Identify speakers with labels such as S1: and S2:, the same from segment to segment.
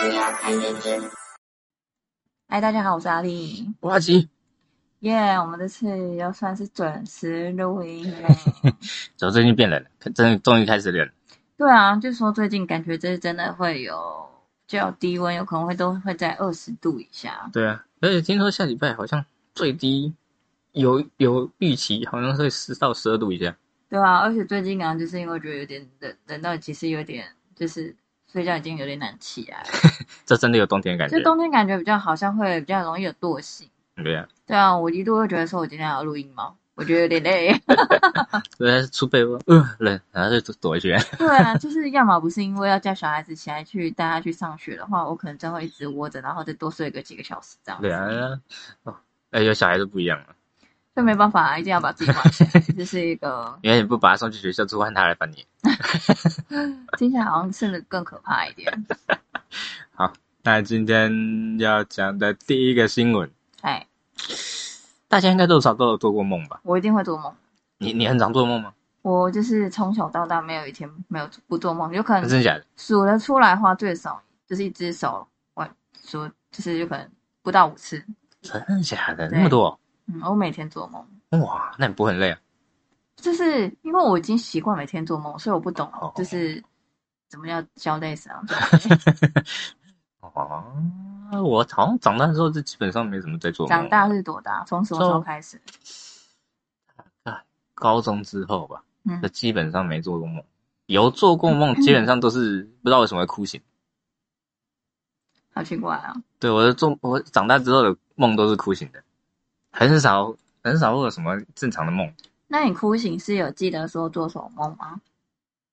S1: 不要太认真。
S2: 哎，大家好，我是阿丽。
S3: 挖机，
S2: 耶、我们这次又算是准时录音 了。
S3: 走，最近变冷了，真的终于开始冷了。
S2: 对啊，就说最近感觉这真的会有较低温，有可能会都会在二十度以下。
S3: 对啊，而且听说下礼拜好像最低有有预期，好像会十到十二度以下。
S2: 对啊，而且最近啊，就是因为我觉得有点冷，冷到其实有点就是睡觉已经有点难起来了。
S3: 这真的有冬天的感
S2: 就
S3: 觉。
S2: 冬天感觉比较好像会比较容易有惰性。
S3: 对啊，
S2: 对啊，我一度会觉得说我今天要录音吗？我觉得有点累。
S3: 原来是出被窝，嗯、冷，然后就躲躲一圈。
S2: 对啊，就是要么不是因为要叫小孩子起来去带他去上学的话，我可能真会一直窝着，然后再多睡个几个小时这样。
S3: 对啊，哦，哎，有小孩就不一样了，
S2: 就没办法，一定要把自己管起来， 这是一个
S3: 因为你不把他送去学校，就换他来烦你。
S2: 听起来好像甚至更可怕一点。
S3: 那今天要讲的第一个新闻，
S2: 哎，
S3: 大家应该多少都有做过梦吧？
S2: 我一定会做梦，
S3: 你你很常做梦吗？
S2: 我就是从小到大没有一天没有不做梦，有可
S3: 真
S2: 能
S3: 的假的？
S2: 数得出来的话最少就是一只手，我数就是有可能不到五次。
S3: 真的假的？
S2: 对
S3: 那么多？
S2: 嗯，我每天做梦，
S3: 哇，那你不会很累啊？
S2: 就是因为我已经习惯每天做梦，所以我不懂
S3: 哦
S2: 就是怎么样交代上。
S3: 哦，我好像长大之后就基本上没怎么在做梦了。
S2: 长大是多大？从什么时候开始？
S3: 高中之后吧，
S2: 嗯
S3: 就基本上没做过梦。有做过梦，基本上都是不知道为什么会哭醒。
S2: 好奇怪啊！
S3: 对，我的做我长大之后的梦都是哭醒的，很少很少会有什么正常的梦。
S2: 那你哭醒是有记得说做什么梦吗？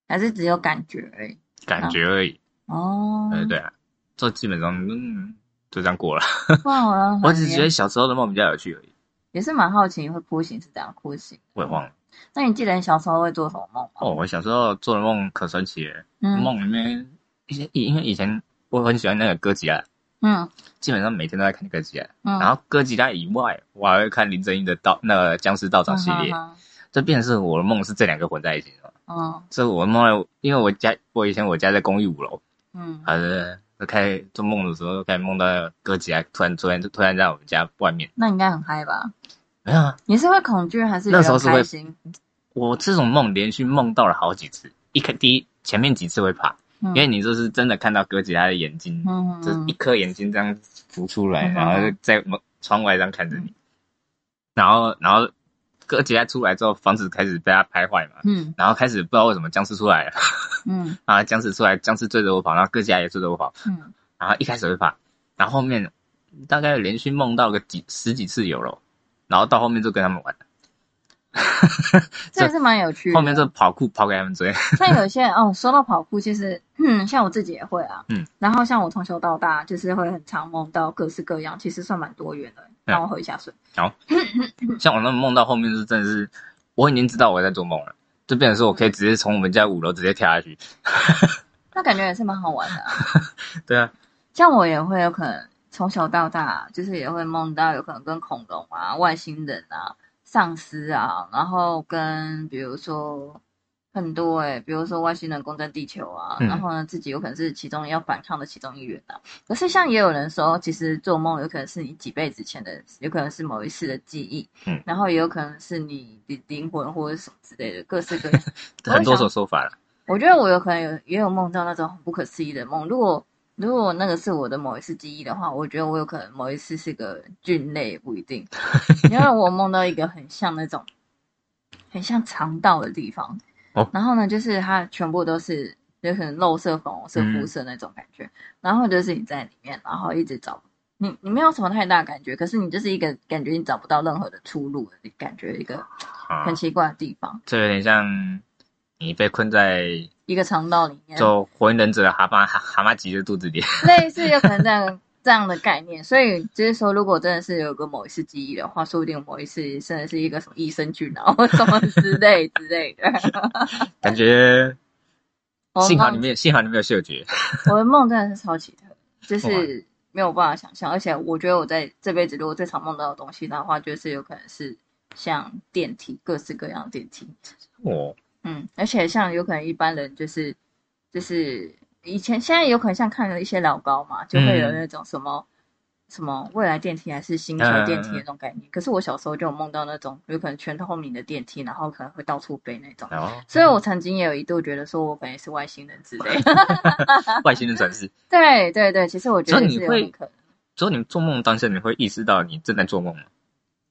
S2: 还是只有感觉而已？
S3: 感觉而已，
S2: 哦，
S3: 对对啊，这基本上嗯就这样过了。
S2: 哇，好像很
S3: 我只是觉
S2: 厉
S3: 得
S2: 害
S3: 小时候的梦比较有趣而已，
S2: 也是蛮好奇，你会哭醒是怎样哭醒？
S3: 我也忘了。
S2: 那你记得你小时候会做什么梦吗？
S3: 哦，我小时候做的梦可神奇了，
S2: 嗯，
S3: 梦里面以前因为以前我很喜欢那个哥吉拉，
S2: 嗯
S3: 基本上每天都在看哥吉拉。
S2: 嗯，
S3: 然后哥吉拉以外，我还会看林正英的道那个僵尸道长系列，
S2: 嗯
S3: 这便是我的梦是这两个混在一起的。
S2: 嗯
S3: 这我梦到，因为我家我以前我家在公寓五楼，
S2: 嗯嗯，
S3: 反正就开做梦的时候，开始梦到哥吉拉突然突然突然在我们家外面。
S2: 那你应该很嗨吧？
S3: 没有啊，
S2: 你是会恐惧还是
S3: 那时候
S2: 觉得
S3: 是会
S2: 开心？
S3: 我这种梦连续梦到了好几次，一开第一前面几次会怕，
S2: 因
S3: 因为你就是真的看到哥吉拉的眼睛，
S2: 嗯
S3: 就是一颗眼睛这样浮出来，
S2: 嗯
S3: 然后就在门窗外这样看着你，然后然后哥吉拉出来之后，房子开始被他拍坏嘛，
S2: 嗯
S3: 然后开始不知道为什么僵尸出来了，
S2: 嗯
S3: 然后僵尸出来，僵尸追着我跑，然后哥吉拉也追着我跑，
S2: 嗯，
S3: 然后一开始会怕，然后后面大概连续梦到个几十几次有了，然后到后面就跟他们玩了，
S2: 这也是蛮有趣的。
S3: 后面就跑酷跑给他们追，
S2: 像有些人哦，说到跑酷，其实嗯，像我自己也会啊，
S3: 嗯，
S2: 然后像我从小到大就是会很常梦到各式各样，其实算蛮多元的。让我喝一下水，
S3: 像我那梦到后面是真的是，我已经知道我在做梦了，就变成说我可以直接从我们家五楼直接跳下去，
S2: 那感觉也是蛮好玩的啊、
S3: 对啊，
S2: 像我也会有可能从小到大，就是也会梦到有可能跟恐龙啊、外星人啊、丧尸啊，然后跟比如说很多诶、比如说外星人攻占地球啊，
S3: 嗯
S2: 然后呢自己有可能是其中要反抗的其中一员啊。可是像也有人说，其实做梦有可能是你几辈子前的，有可能是某一次的记忆，
S3: 嗯
S2: 然后也有可能是你的灵魂或者什么之类的，各式各样。我
S3: 很多
S2: 想
S3: 种说法了。
S2: 我觉得我有可能有也有梦到那种很不可思议的梦。如果如果那个是我的某一次记忆的话，我觉得我有可能某一次是个菌类，也不一 定，因为我梦到一个很像那种很像肠道的地方。
S3: 哦
S2: 然后呢，就是它全部都是有可能肉色、粉红色、
S3: 嗯
S2: 肤色那种感觉，然后就是你在里面，然后一直找你，你没有什么太大感觉，可是你就是一个感觉你找不到任何的出路的感觉，一个
S3: 啊
S2: 很，奇怪的地方，
S3: 这有点像你被困在
S2: 一个肠道里面。
S3: 做火影忍者的蛤蟆蛤蛤蟆吉的肚子 里。
S2: 类似有可能这样 这样的概念，所以就是说，如果真的是有个某一次记忆的话，说不定某一次真的是一个什么益生菌啊，或什么之类之类的。
S3: 感觉
S2: 我的
S3: 幸好你
S2: 梦
S3: 没有，幸好你没有嗅觉。
S2: 我的梦真的是超奇特，就是没有办法想象，而且我觉得我在这辈子如果最常梦到的东西的话，就是有可能是像电梯，各式各样的电梯。
S3: 哦，
S2: 嗯，而且像有可能一般人就是就是以前现在有可能像看了一些老高嘛，就会有
S3: 嗯
S2: 那种什么、什么未来电梯还是星球
S3: 嗯
S2: 电梯的那种概念。可是我小时候就有梦到那种有可能全透明的电梯，然后可能会到处飞那种。
S3: 然后
S2: 所以我曾经也有一度觉得说我可能是外星人之类的。
S3: 外星人转世，
S2: 对对对，其实我觉
S3: 所
S2: 得
S3: 以
S2: 是
S3: 你
S2: 有
S3: 会
S2: 很可能，
S3: 之后你做梦当下你会意识到你正在做梦吗？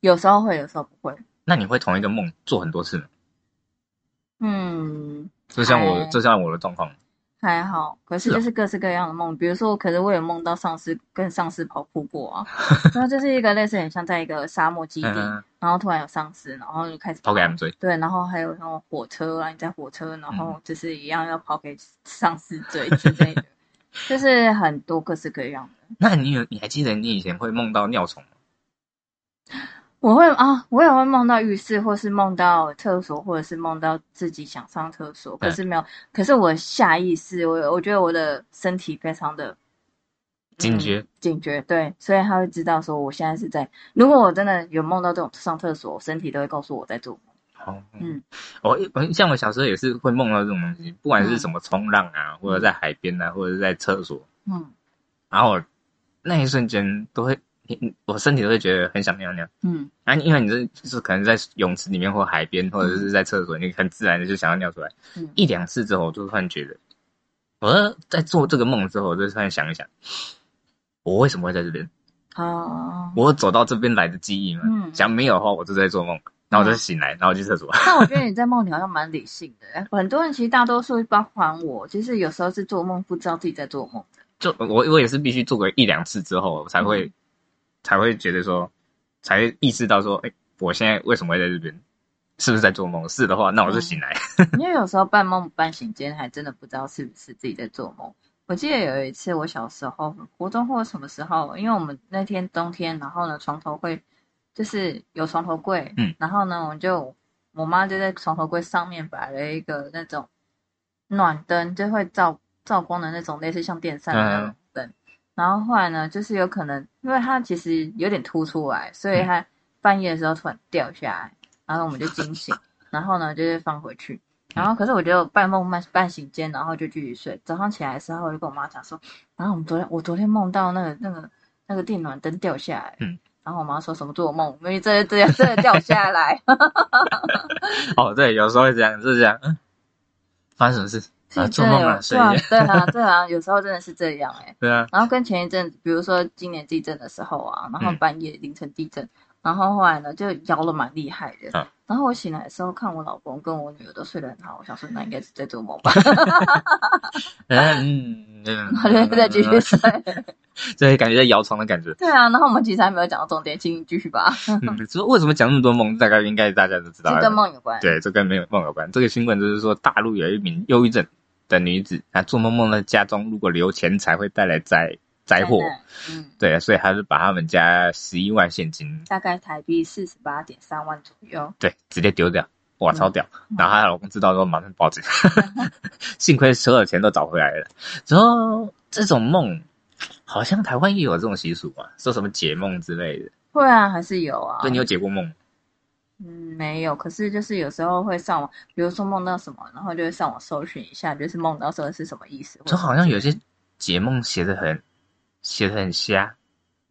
S2: 有时候会，有时候不会。
S3: 那你会同一个梦做很多次吗？
S2: 嗯，
S3: 就像我
S2: 哎，
S3: 就像我的状况，
S2: 还好，可是
S3: 是哦
S2: 就是各式各样的梦，比如说，可是我有梦到丧尸跟丧尸跑酷过 啊，然后就是一个类似很像在一个沙漠基地，
S3: 嗯，
S2: 然后突然有丧尸，然后就开始
S3: 抛给他们追，
S2: 对，然后还有那种火车啊，你在火车，然
S3: 嗯
S2: 后就是一样要跑给丧尸追之类的，就是很多各式各样的。
S3: 那你有你还记得你以前会梦到尿虫吗？
S2: 我会啊，我也会梦到浴室，或是梦到厕所，或者是梦到自己想上厕所，可
S3: 嗯
S2: 是没有，可是我下意识，我我觉得我的身体非常的
S3: 警觉，
S2: 警觉，对，所以他会知道说我现在是在。如果我真的有梦到这种上厕所，我身体都会告诉我在做梦。
S3: 哦，
S2: 嗯，
S3: 我我像我小时候也是会梦到这种东西，不管是什么冲浪啊，或者在海边啊，或者是在厕所，
S2: 嗯
S3: 然后我那一瞬间都会，你你我身体都会觉得很想尿尿。
S2: 嗯，
S3: 啊，因为你这就是可能在泳池里面或海边，或者是在厕所，你很自然的就想要尿出来。
S2: 嗯
S3: 一两次之后，我就突然觉得，我在做这个梦之后，我就突然想一想，我为什么会在这边？
S2: 好。
S3: 我有走到这边来的记忆吗？
S2: 嗯
S3: 想没有的话，我就在做梦，然后我就醒来，然后我去厕所。
S2: 但我觉得你在梦里好像蛮理性的、哎很多人其实大多数，包含我，就是有时候是做梦不知道自己在做梦。
S3: 就我我也是必须做个一两次之后，我才会、才会觉得说，才会意识到说，哎、我现在为什么会在这边？是不是在做梦？是的话，那我就醒来。
S2: 因为有时候半梦半醒间，还真的不知道是不是自己在做梦。我记得有一次，我小时候国中或者什么时候，因为我们那天冬天，然后呢床头柜就是有床头柜，
S3: 嗯，
S2: 然后呢我就我妈就在床头柜上面摆了一个那种暖灯，就会照照光的那种，类似像电扇的那种灯。然后后来呢，就是有可能因为它其实有点凸出来，所以它半夜的时候突然掉下来，然后我们就惊醒，然后呢就是放回去。然后可是我就半梦半半醒间，然后就继续睡。早上起来的时候，我就跟我妈讲说，然后我们昨天我昨天梦到那个那个那个电暖灯掉下来，
S3: 嗯，
S2: 然后我妈说什么做梦，因为这这这这掉下 来，
S3: 啊哦，对，有时候会这样，就是这样。嗯，发生什么事？啊，
S2: 是
S3: 做
S2: 真
S3: 梦
S2: 的有
S3: 了，睡
S2: 对
S3: 一
S2: 啊
S3: 觉。
S2: 对啊对啊，有时候真的是这样哎、
S3: 对啊，
S2: 然后跟前一阵子，比如说今年地震的时候啊，然后
S3: 嗯
S2: 半夜凌晨地震，然后后来呢就摇了蛮厉害的。
S3: 啊
S2: 然后我醒来的时候，看我老公跟我女儿都睡得很好，我想说那应该是在做梦 吧，
S3: 嗯，嗯
S2: 然后就再继续睡。
S3: 所以感觉在摇床的感觉。
S2: 对啊，然后我们其实还没有讲到重点，请你继续吧，
S3: 嗯，所以为什么讲那么多梦，大概应该大家都知道
S2: 是
S3: 了。
S2: 跟梦有关。
S3: 对，这跟没有梦有关。这个新闻就是说，大陆有一名忧郁症的女子，她做梦梦到家中如果留钱财会带来灾灾祸，
S2: 灾难，嗯，
S3: 对，所以她就把他们家十一万现金，
S2: 大概台币四十八点三万左右。
S3: 对，直接丢掉，哇，
S2: 嗯
S3: 超屌！然后她老公知道之后马上报 警，幸亏所有钱都找回来了。之后这种梦，好像台湾也有这种习俗啊，说什么解梦之类的。
S2: 会啊，还是有啊。
S3: 对你有解过梦？
S2: 嗯，没有。可是就是有时候会上网，比如说梦到什么，然后就会上网搜寻一下，就是梦到说是什么意思。或
S3: 就
S2: 者
S3: 好像有些解梦写的很写的很瞎，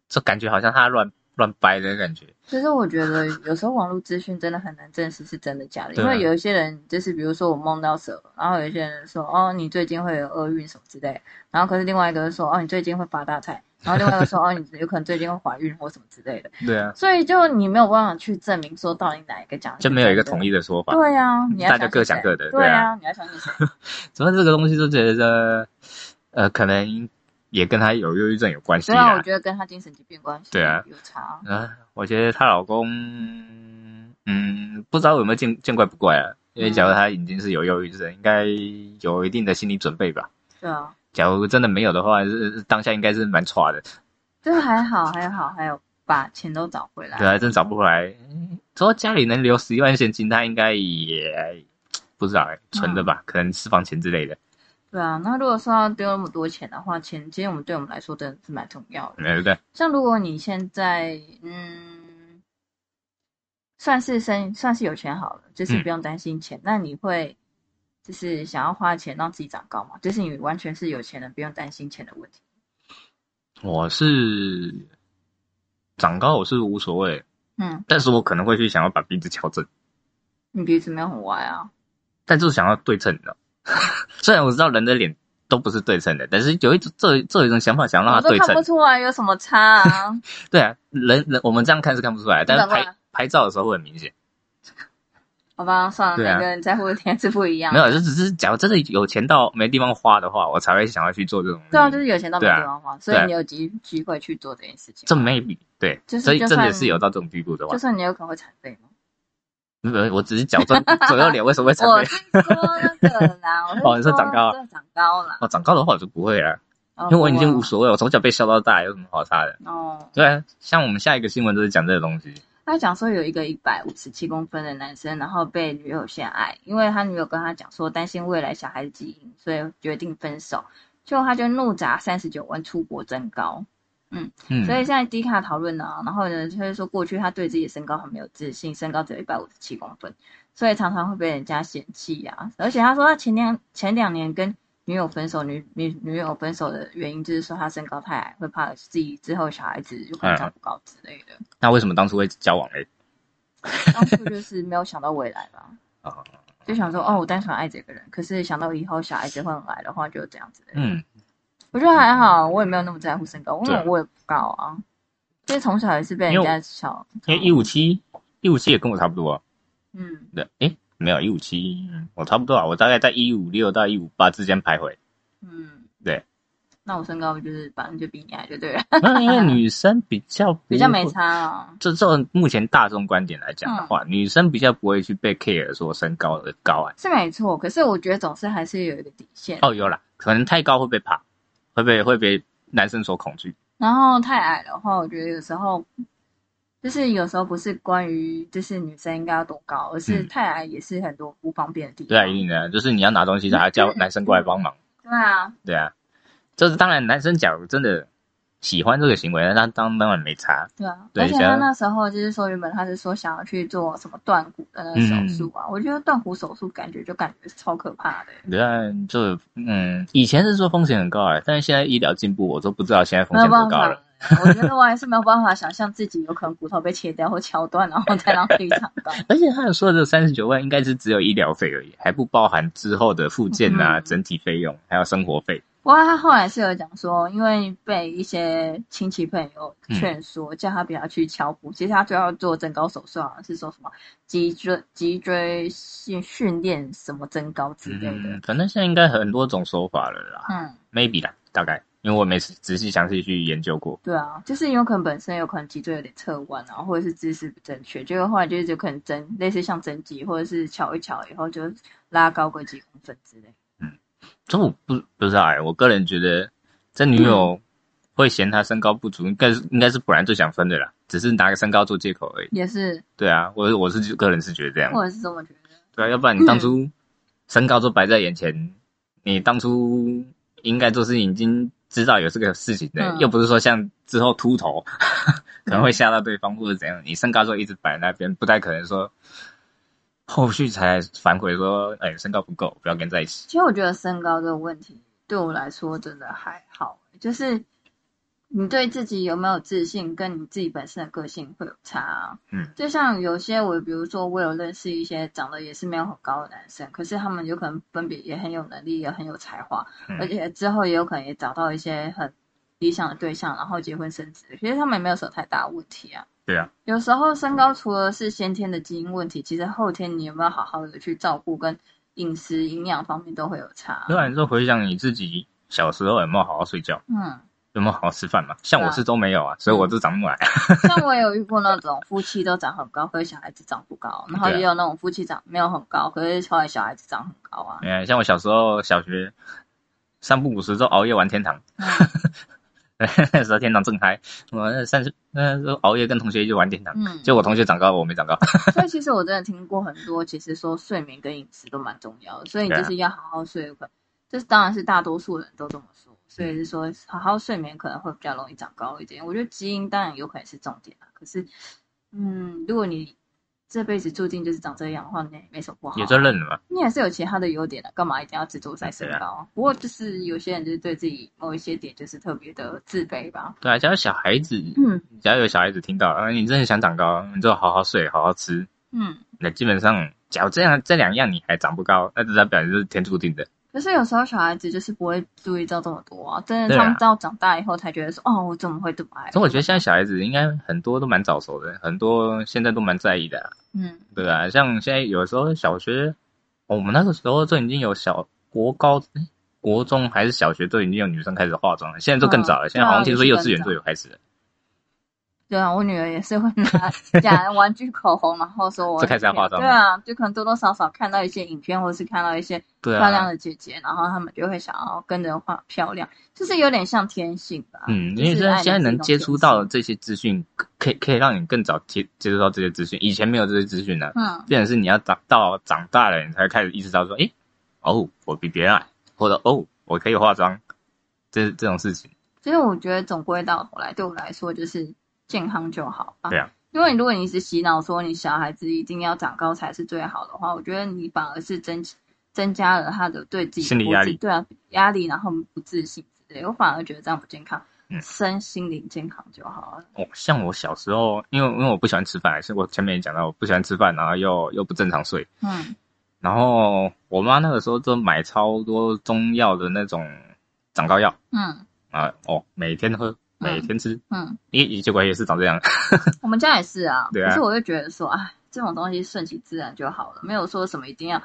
S3: 就感觉好像他乱乱掰的感觉。
S2: 其实我觉得有时候网络资讯真的很难证实是真的假的，因
S3: 对啊
S2: 为有一些人就是比如说我梦到蛇，然后有一些人说哦你最近会有厄运什么之类，然后可是另外一个说哦你最近会发大财，然后另外一个说哦你有可能最近会怀孕或什么之类的，
S3: 对啊，
S2: 所以就你没有办法去证明说到底哪一个讲
S3: 就没有一个
S2: 统
S3: 统
S2: 一。
S3: 一的说法。
S2: 对呀、你要
S3: 大家
S2: 相信
S3: 各讲
S2: 谁
S3: 各的
S2: 对
S3: 对啊
S2: 啊，你要相信谁？
S3: 主要这个东西就觉得，呃，可能也跟他有忧郁症有关系
S2: 虽啊然我
S3: 啦。
S2: 觉得跟他精神疾病关系
S3: 啊对啊
S2: 有差，
S3: 啊，我觉得她老公，嗯，不知道有没有见见怪不怪啊。因为假如
S2: 嗯
S3: 他已经是有忧郁症，应该有一定的心理准备吧。
S2: 对啊，
S3: 假如真的没有的话，是当下应该是蛮差的。
S2: 就还好还好，还有把钱都找回来。
S3: 对啊，真找不回来。嗯说家里能留十一万现金，他应该也不知道、欸、存着吧，可能私房钱之类的。
S2: 对啊，那如果说要丢那么多钱的话，钱其实我们对我们来说真的是蛮重要的。
S3: 对不对？
S2: 像如果你现在，嗯，算是生算是有钱好了，就是
S3: 嗯
S2: 不用担心钱。那你会就是想要花钱让自己长高吗？就是你完全是有钱人，不用担心钱的问题。
S3: 我是长高我是无所谓，
S2: 嗯，
S3: 但是我可能会去想要把鼻子矫正，
S2: 你鼻子没有很歪啊，
S3: 但就是想要对称的。 虽然我知道人的脸都不是对称的，但是有一种这这有一种想法想让
S2: 我都
S3: 它啊对
S2: 看
S3: 称
S2: 不。出来有什么差 啊。
S3: 对啊，人人我们这样看是看不出来，但是
S2: 怎么
S3: 拍
S2: 了
S3: 拍照的时候会很明显。
S2: 好吧，算了，
S3: 对啊
S2: 每个人在乎的点是不一样
S3: 没。有，就只是假如真的有钱到没地方花的话，我才会想要去做这种。
S2: 对啊，就是有钱到没
S3: 对啊
S2: 地方花，所
S3: 对啊
S2: 以你有机机会去做这件事情。
S3: 这 maybe 对，
S2: 就是
S3: 所以
S2: 就
S3: 真的
S2: 算
S3: 是有到这种地步的话
S2: 就，算你有可能会残废吗？
S3: 没有我只是矫 正左右脸为什么会残
S2: 我
S3: 废？
S2: 是说那个 啦，我
S3: 哦
S2: 是
S3: 你说长高啊
S2: 真的长高啦，
S3: 我长高的话我就不会啊，
S2: 哦
S3: 因为我已经无所谓，我从小被笑到大，有什么好差的？
S2: 哦。
S3: 对啊，像我们下一个新闻就是讲这个东西，
S2: 他讲说有一个一百五十七公分的男生，然后被女友陷害，因为他女友跟他讲说担心未来小孩的基因，所以决定分手。就他就怒砸三十九万出国增高，
S3: 嗯，
S2: 所以现在低卡讨论呢，然后呢就是说过去他对自己的身高很没有自信，身高只有一百五十七公分，所以常常会被人家嫌弃啊。而且他说他前两前两年跟女友分手，女女女友分手的原因就是说他身高太矮，会怕自己之后小孩子就可能长不高之类的。
S3: 那为什么当初会交往嘞？
S2: 当初就是没有想到未来吧
S3: 哦，
S2: 就想说哦，我单纯爱这个人，可是想到以后小孩子会很矮的话，就这样子。
S3: 嗯，
S2: 我觉得还好，我也没有那么在乎身高，因为
S3: 对
S2: 我也不高啊，所以从小也是被人
S3: 因为
S2: 家小，
S3: 因为一五七一五七也跟我差不多啊，
S2: 嗯，
S3: 对，诶，没有一五七，我差不多啊，我大概在一五六到一五八之间徘 徊。
S2: 嗯，
S3: 对。
S2: 那我身高就是反正就比你矮就对了，
S3: 那因为女生比较不
S2: 比较没
S3: 会
S2: 差嗯啊。
S3: 这照目前大众观点来讲的话，女生比较不会去被 care 说身高的高矮。
S2: 是没错，可是我觉得总是还是有一个底线，
S3: 哦，有啦，可能太高会被怕，会被会被男生所恐惧。
S2: 然后太矮的话，我觉得有时候就是有时候不是关于就是女生应该要多高，而是
S3: 嗯
S2: 太矮也是很多不方便的地方。
S3: 对啊，一定的，就是你要拿东西，还要叫
S2: 嗯
S3: 男生过来帮忙。
S2: 对啊，
S3: 对啊，就是当然，男生假如真的喜欢这个行为，那当当然没差。
S2: 对啊，
S3: 对
S2: 而且
S3: 想
S2: 他
S3: 要
S2: 那时候就是说，原本他是说想要去做什么断骨的那个
S3: 嗯
S2: 手术啊，我觉得断骨手术感觉就感觉超可怕的欸。
S3: 你看，啊就嗯，以前是说风险很高哎，但是现在医疗进步，我都不知道现在风
S2: 没有
S3: 险多
S2: 办
S3: 高
S2: 法
S3: 了。，
S2: 我觉得我还是没有办法想象自己有可能骨头被切掉或敲断，然后再 让自己长高。
S3: 而且他说的三十九万应该是只有医疗费而已，还不包含之后的附件啊、
S2: 嗯
S3: 整体费用，还有生活费。
S2: 不过他后来是有讲说，因为被一些亲戚朋友劝说，叫他不要去敲骨。其实他最后做增高手术，好像是说什么脊椎脊椎训训练什么增高之类的
S3: 嗯。，反正现在应该很多种手法了啦、
S2: 嗯，
S3: m a y b e 啦，大概，因为我没仔细详细去研究过。
S2: 对啊，就是有可能本身有可能脊椎有点侧弯啊，或者是姿势不正确，结果后来就是有可能增类似像增肌或者是瞧一瞧以后就拉高个几公分之类。
S3: 这我不不知道哎、我个人觉得这女友会嫌她身高不足，应该是应该是本来就想分的啦，只是拿个身高做借口而已。
S2: 也是，
S3: 对啊，我我是个人是觉得这样，
S2: 我也是这么觉得。
S3: 对啊，要不然你当初身高都摆在眼前，你当初应该就是已经知道有这个事情的，
S2: 嗯
S3: 又不是说像之后秃头 可能会吓到对方或者怎样，你身高就一直摆在那边，不太可能说后续才反悔说，哎、身高不够，不要跟在一起。
S2: 其实我觉得身高这个问题对我来说真的还好，就是你对自己有没有自信，跟你自己本身的个性会有差、啊。
S3: 嗯，
S2: 就像有些我，比如说我有认识一些长得也是没有很高的男生，可是他们有可能分别也很有能力，也很有才华，
S3: 嗯
S2: 而且之后也有可能也找到一些很理想的对象，然后结婚生子，其实他们也没有什么太大的问题啊。
S3: 对啊，
S2: 有时候身高除了是先天的基因问题，其实后天你有没有好好的去照顾，跟饮食营养方面都会有差。
S3: 要不然就回想你自己小时候有没有好好睡觉，
S2: 嗯，
S3: 有没有好好吃饭嘛？像我
S2: 对啊
S3: 是都没有啊，所以我就长不来。
S2: 像我有遇过那种夫妻都长很高，可是小孩子长不高，然后
S3: 对啊
S2: 也有那种夫妻长没有很高，可是后来小孩子长很高啊。
S3: 嗯，像我小时候小学三不五时都熬夜玩天堂。
S2: 嗯，
S3: 那 时候天堂正嗨，我那三十那时候熬夜跟同学一起玩天堂，
S2: 嗯
S3: 就我同学长高，我没长高。
S2: 所以其实我真的听过很多，其实说睡眠跟饮食都蛮重要的，所以你就是要好好睡。可这是当然是大多数人都这么说，所以是说好好睡眠可能会比较容易长高一点。我觉得基因当然有可能是重点啊，可是，嗯，如果你这辈子注定就是长这样的话，那也没什么不好啊。
S3: 也就认了嘛。
S2: 你还是有其他的优点的、干嘛一定要执着在身高？啊不过就是有些人就是对自己某一些点就是特别的自卑吧。
S3: 对啊，假如小孩子，
S2: 嗯
S3: 只要有小孩子听到，啊，你真的想长高，你就好好睡，好好吃。
S2: 嗯，
S3: 那基本上，假如这样这两样你还长不高，那这代表你是天注定的。
S2: 可是有时候小孩子就是不会注意到这么多啊，真的
S3: 对啊
S2: 他们到长大以后才觉得说，哦，我怎么会这么矮？
S3: 所以我觉得现在小孩子应该很多都蛮早熟的，很多现在都蛮在意的、啊，
S2: 嗯
S3: 对吧、像现在有时候小学，哦我们那个时候就已经有小国高、诶国中还是小学都已经有女生开始化妆了，现在就更早了。
S2: 嗯
S3: 现在好像听说
S2: 对啊
S3: 幼稚园就有开始了，
S2: 对啊，我女儿也是会拿假玩具口红，然后说我
S3: 就开始要化妆
S2: 对啊，就可能多多少少看到一些影片，或是看到一些
S3: 对
S2: 漂亮
S3: 啊，
S2: 的姐姐，然后她们就会想要跟着画漂亮，就是有点像天性吧。
S3: 嗯，
S2: 就
S3: 因为
S2: 是
S3: 现在
S2: 爱
S3: 现在
S2: 你这
S3: 能
S2: 种
S3: 接
S2: 天
S3: 触
S2: 性
S3: 到这些资讯，可以可以让你更早接接触到这些资讯，以前没有这些资讯呢、
S2: 嗯，
S3: 变成是你要长到长大了，你才开始意识到说，诶、哦，我比别人矮，或者哦，我可以化妆，这这种事情，
S2: 其实我觉得总归到头来，对我来说就是健康就好吧。
S3: 对啊，
S2: 因为如果你是洗脑说你小孩子一定要长高才是最好的话，我觉得你反而是增增加了他的对自己
S3: 心理
S2: 不自
S3: 压力
S2: 对啊压力，然后不自信之类的。我反而觉得这样不健康，
S3: 嗯
S2: 身心灵健康就好了。
S3: 哦，像我小时候，因为因为我不喜欢吃饭，是我前面也讲到，我不喜欢吃饭，然后又又不正常睡，
S2: 嗯
S3: 然后我妈那个时候就买超多中药的那种长高药
S2: 嗯
S3: 啊、哦，每天喝，每天吃，
S2: 嗯，
S3: 也、结果也是长这样，
S2: 我们家也是啊，
S3: 对啊
S2: 可是我就觉得说，哎，这种东西顺其自然就好了，没有说什么一定要。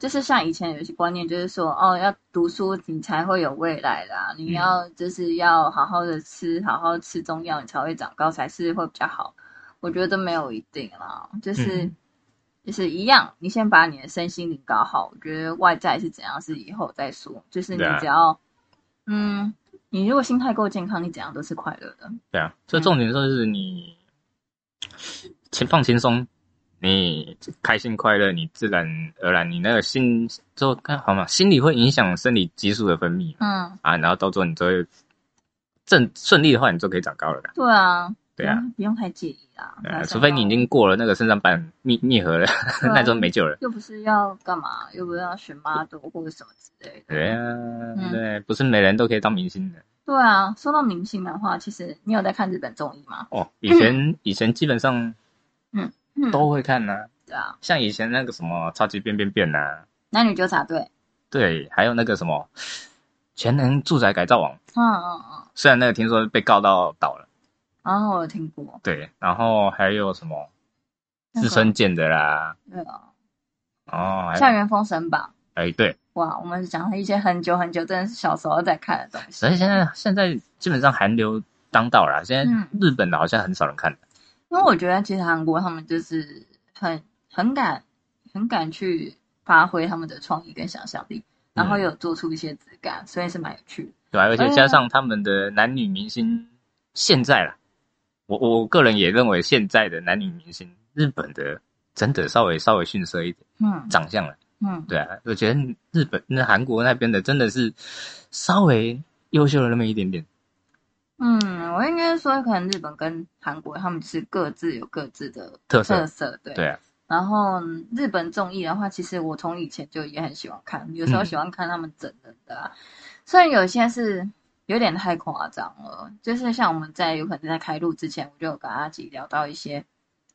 S2: 就是像以前有一些观念，就是说哦，要读书你才会有未来啦，
S3: 嗯
S2: 你要就是要好好的吃，好好吃中药，你才会长高，才是会比较好。我觉得没有一定啦，就是、
S3: 嗯
S2: 就是一样，你先把你的身心灵搞好，我觉得外在是怎样是以后再说，就是你
S3: 对啊
S2: 只要、嗯，你如果心态够健康，你怎样都是快乐的。
S3: 对啊，所以重点就是你轻放轻松，你开心快乐，你自然而然你那个心就看好嘛，心理会影响生理激素的分泌
S2: 嗯，
S3: 啊，然后到最后你就会正顺利的话，你就可以长高了啦。
S2: 对啊，
S3: 对啊
S2: 不用，不用太介意啦。不要
S3: 呃，
S2: 想
S3: 除非你已
S2: 到
S3: 经过了那个肾上板密密合了，
S2: 对啊
S3: 那就没救了。
S2: 又不是要干嘛，又不是要选 model 或者什么之类的。
S3: 对啊，
S2: 嗯
S3: 对，不是每人都可以当明星的
S2: 对啊，说到明星的话，其实你有在看日本综艺吗？
S3: 哦。以前、以前基本上
S2: 嗯，
S3: 都会看呐、
S2: 对啊，
S3: 像以前那个什么超级变变变呐、啊
S2: 男女纠察队。
S3: 对，还有那个什么全能住宅改造网，
S2: 嗯嗯嗯，
S3: 虽然那个听说被告到倒了，
S2: 然后我有听过。
S3: 对，然后还有什么
S2: 那个
S3: 自身建的啦，
S2: 对啊，
S3: 哦，还有
S2: 校园封神榜。
S3: 哎对，
S2: 哇，我们讲了一些很久很久，真的是小时候在看的东西
S3: 所。以现在现在基本上韩流当道啦，现在
S2: 嗯
S3: 日本的好像很少人看了。
S2: 因为我觉得其实韩国他们就是很很敢很敢去发挥他们的创意跟想象力，然后
S3: 嗯
S2: 有做出一些质感，所以是蛮有趣的。
S3: 对啊、而且
S2: 嗯
S3: 加上他们的男女明星，现在啦，我我个人也认为现在的男女明星，日本的真的稍微稍微逊色一点，
S2: 嗯
S3: 长相了。
S2: 嗯，
S3: 对啊，我觉得日本那韩国那边的真的是稍微优秀了那么一点点。
S2: 嗯，我应该说，可能日本跟韩国他们是各自有各自的
S3: 特色
S2: 对。
S3: 对啊，
S2: 然后嗯日本综艺的话，其实我从以前就也很喜欢看，有
S3: 嗯
S2: 时候喜欢看他们整人的、啊，虽然有些是有点太夸张了，就是像我们在有可能在开录之前，我就有跟阿吉聊到一些，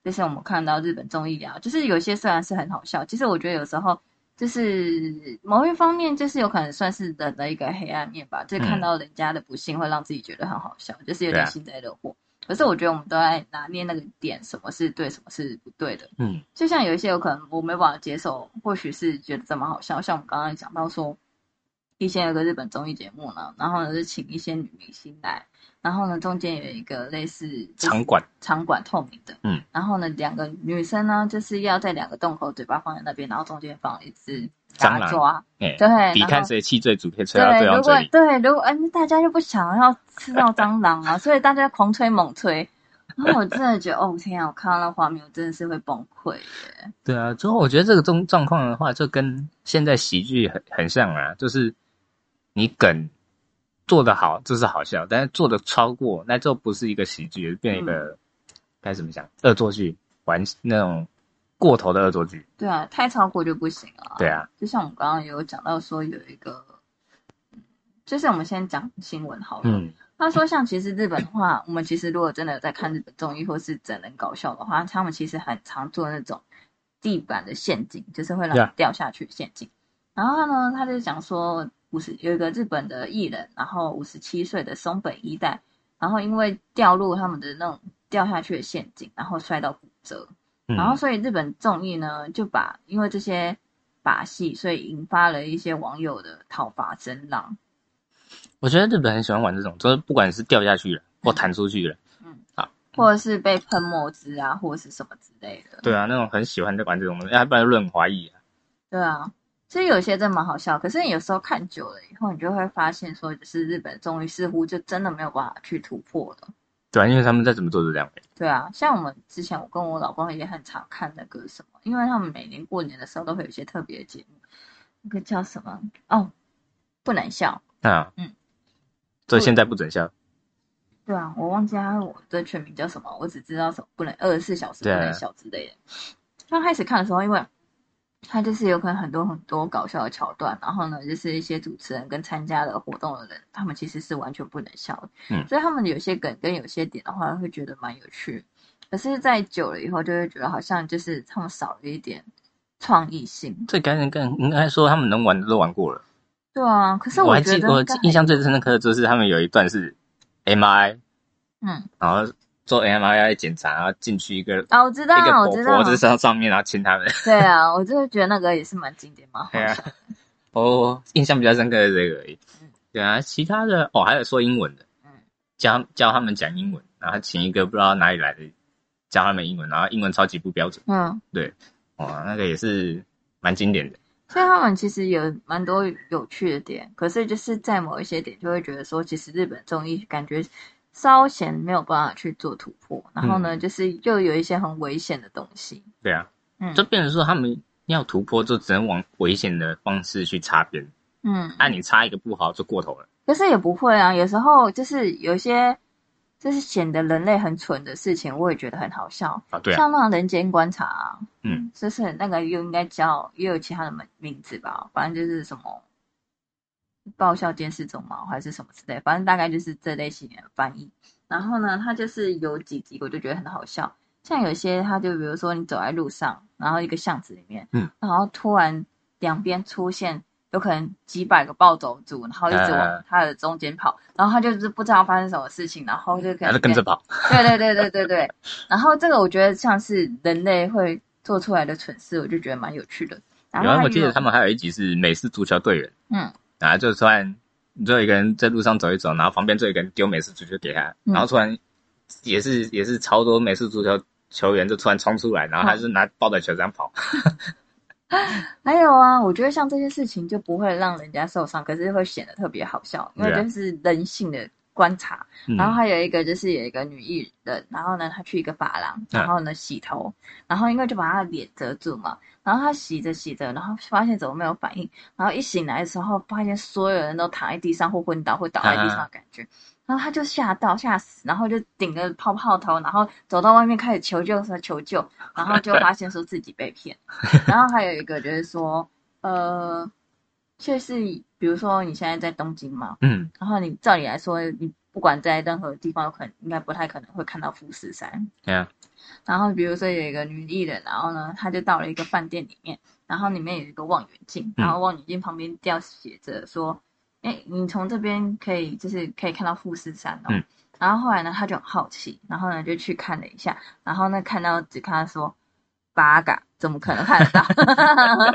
S2: 就是我们看到日本综艺啊，就是有些虽然是很好笑，其实我觉得有时候就是某一方面，就是有可能算是人的一个黑暗面吧，就是看
S3: 嗯
S2: 到人家的不幸会让自己觉得很好笑，就是有
S3: 对
S2: 点
S3: 啊
S2: 幸灾乐祸。可是我觉得我们都在拿捏那个点，什么是对，什么是不对的。
S3: 嗯，
S2: 就像有一些有可能我没办法接受，或许是觉得这蛮好笑。像我们刚刚讲到说，以前有个日本综艺节目呢，然后呢是请一些女明星来，然后呢中间有一个类似就是
S3: 场馆
S2: 场馆透明的，
S3: 嗯，
S2: 然后呢两个女生呢就是要在两个洞口，嘴巴放在那边，然后中间放一只
S3: 蟑螂
S2: 杂抓，
S3: 哎，
S2: 对，然
S3: 比看
S2: 后。
S3: 谁气最足，可以吹到啊对
S2: 对，
S3: 方
S2: 如果
S3: 嘴里。
S2: 对，如果嗯、大家就不想要吃到蟑螂啊，所以大家狂吹猛吹。然后我真的觉得，哦天啊，我看到那画面，我真的是会崩溃耶。
S3: 对啊，之后我觉得这个状状况的话，就跟现在喜剧很很像啊，就是你梗做得好，这是好笑，但是做的超过，那就不是一个喜剧，变成一个、该怎么讲恶作剧，玩那种过头的恶作剧。
S2: 对啊，太超过就不行啊。
S3: 对啊，
S2: 就像我们刚刚有讲到说有一个，嗯就是我们先讲新闻好了。
S3: 嗯，
S2: 他说，像其实日本的话，我们其实如果真的在看日本综艺或是整人搞笑的话，他们其实很常做那种地板的陷阱，就是会让你
S3: Yeah.
S2: 掉下去陷阱。然后呢，他就讲说，五十有一个日本的艺人，然后五十七岁的松本一代，然后因为掉入他们的那种掉下去的陷阱，然后摔到骨折。
S3: 嗯
S2: 然后所以日本综艺呢，就把因为这些把戏，所以引发了一些网友的讨伐声浪。
S3: 我觉得日本很喜欢玩这种，就是不管是掉下去了或弹出去了，
S2: 或者是被喷墨汁啊，或者是什么之类的。
S3: 对啊，那种很喜欢玩这种东西，要不然润滑液啊。
S2: 对啊，其实有些真蛮好笑，可是你有时候看久了以后，你就会发现说，就是日本综艺似乎就真的没有办法去突破了。
S3: 对啊，因为他们再怎么做都这样。
S2: 对啊，像我们之前，我跟我老公也很常看那个什么，因为他们每年过年的时候都会有一些特别的节目，那个叫什么？哦，不能笑。
S3: 啊，
S2: 嗯，
S3: 所以现在不准笑。
S2: 对啊，我忘记他我的全名叫什么，我只知道什么不能二十四小时不
S3: 对啊
S2: 能笑之类的。刚开始看的时候，因为他就是有可能很多很多搞笑的桥段，然后呢，就是一些主持人跟参加的活动的人，他们其实是完全不能笑的，
S3: 嗯
S2: 所以他们有些梗跟有些点的话，会觉得蛮有趣。可是，在久了以后，就会觉得好像就是他们少了一点创意性。
S3: 这感人更应该说他们能玩的都玩过了。
S2: 对啊，可是
S3: 我还
S2: 觉
S3: 记
S2: 得
S3: 我
S2: 应该
S3: 印象最深刻的就是他们有一段是 MRI，
S2: 嗯，
S3: 然后做 MRI 检查，然后进去一个、
S2: 啊，我知道
S3: 一个，
S2: 我
S3: 婆
S2: 知道
S3: 婆，在上上面，然后亲 他们。
S2: 对啊，我就觉得那个也是蛮经典，蛮好笑
S3: 对啊
S2: 的。
S3: 哦，印象比较深刻的这个而已
S2: 嗯。
S3: 对啊，其他的哦，还有说英文的
S2: 嗯，
S3: 教教他们讲英文，然后请一个不知道哪里来的教他们英文，然后英文超级不标准，
S2: 嗯。
S3: 哇，那个也是蛮经典的。
S2: 所以他们其实有蛮多有趣的点，可是就是在某一些点就会觉得说，其实日本综艺感觉稍显没有办法去做突破，然后呢，就是又有一些很危险的东西。
S3: 对啊，
S2: 嗯
S3: 就变成说他们要突破，就只能往危险的方式去擦边。
S2: 嗯，
S3: 啊，你擦一个不好就过头了。
S2: 可是也不会啊，有时候就是有一些就是显得人类很蠢的事情，我也觉得很好笑，
S3: 啊，对啊，
S2: 像那种人间观察、啊，
S3: 嗯，
S2: 就是那个又应该叫又有其他的名名字吧，反正就是什么爆笑监视中嘛，还是什么之类，反正大概就是这类型的翻译。然后呢，它就是有几集我就觉得很好笑，像有些它就比如说你走在路上，然后一个巷子里面，
S3: 嗯，
S2: 然后突然两边出现有可能几百个暴走族，然后一直往
S3: 呃
S2: 它的中间跑，然后它就是不知道发生什么事情，然后就可
S3: 还
S2: 能
S3: 是哎跟着跑。
S2: 对对对对对对。然后这个我觉得像是人类会做出来的蠢事，我就觉得蛮有趣的。然后
S3: 然
S2: 还
S3: 后
S2: 有
S3: 我记得他们还有一集是美式足球队员，
S2: 嗯，
S3: 然后就突然就有一个人在路上走一走，然后旁边就有一个人丢美式足球给他，
S2: 嗯
S3: 然后突然也是也是超多美式足球球员就突然冲出来，然后
S2: 嗯
S3: 他是拿抱着球这样跑，
S2: 还有啊，我觉得像这些事情就不会让人家受伤，可是会显得特别好笑，因为
S3: 对啊
S2: 就是人性的观察。
S3: 嗯
S2: 然后还有一个就是有一个女艺人，然后呢，她去一个发廊，然后呢洗头，然后因为就把她的脸遮住嘛，然后她洗着洗着，然后发现怎么没有反应，然后一醒来的时候，发现所有人都躺在地上或昏倒或倒在地上的感觉，然后她就吓到吓死，然后就顶着泡泡头，然后走到外面开始求救说求救，然后就发现说自己被骗，然后还有一个就是说，呃，就是比如说你现在在东京嘛，
S3: 嗯，
S2: 然后你照理来说，你不管在任何地方，可能应该不太可能会看到富士山。
S3: 对啊，
S2: 然后比如说有一个女艺人，然后呢，她就到了一个饭店里面，然后里面有一个望远镜，
S3: 嗯
S2: 然后望远镜旁边吊写着说：“哎、你从这边可以就是可以看到富士山哦。
S3: 嗯
S2: 然后后来呢，她就很好奇，然后呢就去看了一下，然后呢看到只看到说八嘎，怎么可能看得到？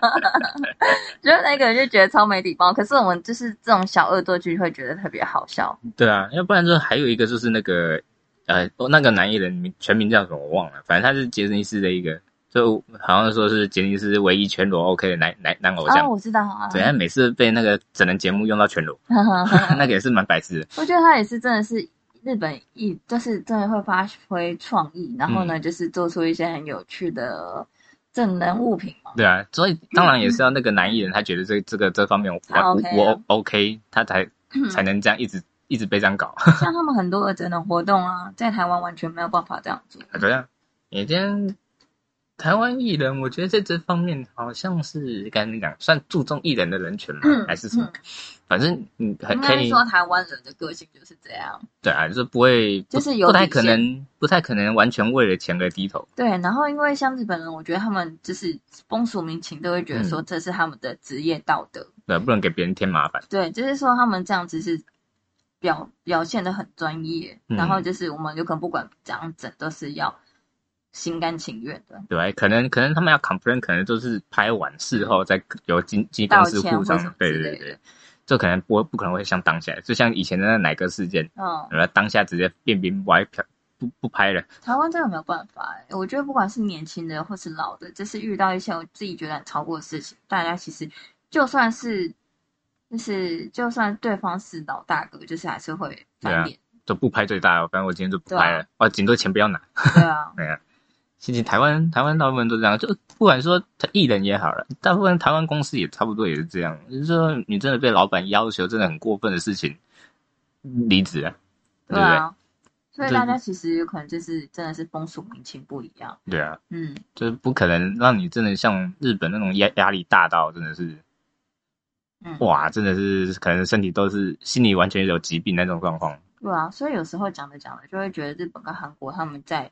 S2: 就是那个就觉得超没礼貌。可是我们就是这种小恶作剧会觉得特别好笑。
S3: 对啊，要不然就还有一个就是那个呃，哦那个男艺人名全名叫什么我忘了，反正他是杰尼斯的一个，就好像说是杰尼斯唯一全裸 OK 的男男男偶
S2: 啊，
S3: 像，
S2: 我知道啊。
S3: 对，他每次被那个整人节目用到全裸，那个也是蛮白痴的。
S2: 我觉得他也是真的是日本艺，就是真的会发挥创意，然后呢，
S3: 嗯
S2: 就是做出一些很有趣的正能物品 嘛。
S3: 对啊，所以当然也是要那个男艺人，他觉得这这个这方面我
S2: 啊
S3: 我
S2: OK 啊
S3: 我 OK，他才才能这样一直一直被这样搞。
S2: 像他们很多的整容活动啊，在台湾完全没有办法这样做。
S3: 对啊，你今天台湾艺人，我觉得在这方面好像是该怎么讲，算注重艺人的人权嘛，
S2: 嗯
S3: 还是什么？
S2: 嗯
S3: 反正你很
S2: 应
S3: 可
S2: 该
S3: 以
S2: 说台湾人的个性就是这样。
S3: 对啊，就是不会，不
S2: 就是有
S3: 不太
S2: 底
S3: 可
S2: 线
S3: 能，不太可能完全为了钱而低头。
S2: 对，然后因为像日本人，我觉得他们就是风俗民情都会觉得
S3: 嗯
S2: 说这是他们的职业道德，
S3: 对，啊不能给别人添麻烦。
S2: 对，就是说他们这样子是表表现的很专业，
S3: 嗯
S2: 然后就是我们有可能不管怎样整都是要心甘情愿的
S3: 对吧，可能可能他们要 complain，可能都是拍完事后再由经纪
S2: 嗯
S3: 公
S2: 道
S3: 司
S2: 歉
S3: 互
S2: 或
S3: 相
S2: 什么，
S3: 对
S2: 之
S3: 对
S2: 类
S3: 对
S2: 的
S3: 对，这可能不不可能会像当下，就像以前的那哪个事件，
S2: 嗯，
S3: 然后当下直接变兵歪票，不不拍了。
S2: 台湾真的没有办法、欸，我觉得不管是年轻的或是老的，就是遇到一些我自己觉得很超过的事情，大家其实就算是就是就算对方是老大哥，就是还是会
S3: 对啊
S2: 翻脸，
S3: 就不拍最大了，反正我今天就不
S2: 对啊
S3: 拍了，哦，顶多钱不要拿。
S2: 对啊，
S3: 其实台湾台湾大部分都这样，就不管说艺人也好了，大部分台湾公司也差不多也是这样，就是说你真的被老板要求真的很过分的事情，离职啊，
S2: 对
S3: 对不对？
S2: 啊，所以
S3: 对
S2: 大家其实有可能就是真的是风俗民情不一样，
S3: 对啊，
S2: 嗯，
S3: 就是不可能让你真的像日本那种压压力大到真的是
S2: 嗯
S3: 哇，真的是可能身体都是心理完全有疾病那种状况。
S2: 对啊，所以有时候讲着讲着就会觉得日本跟韩国他们在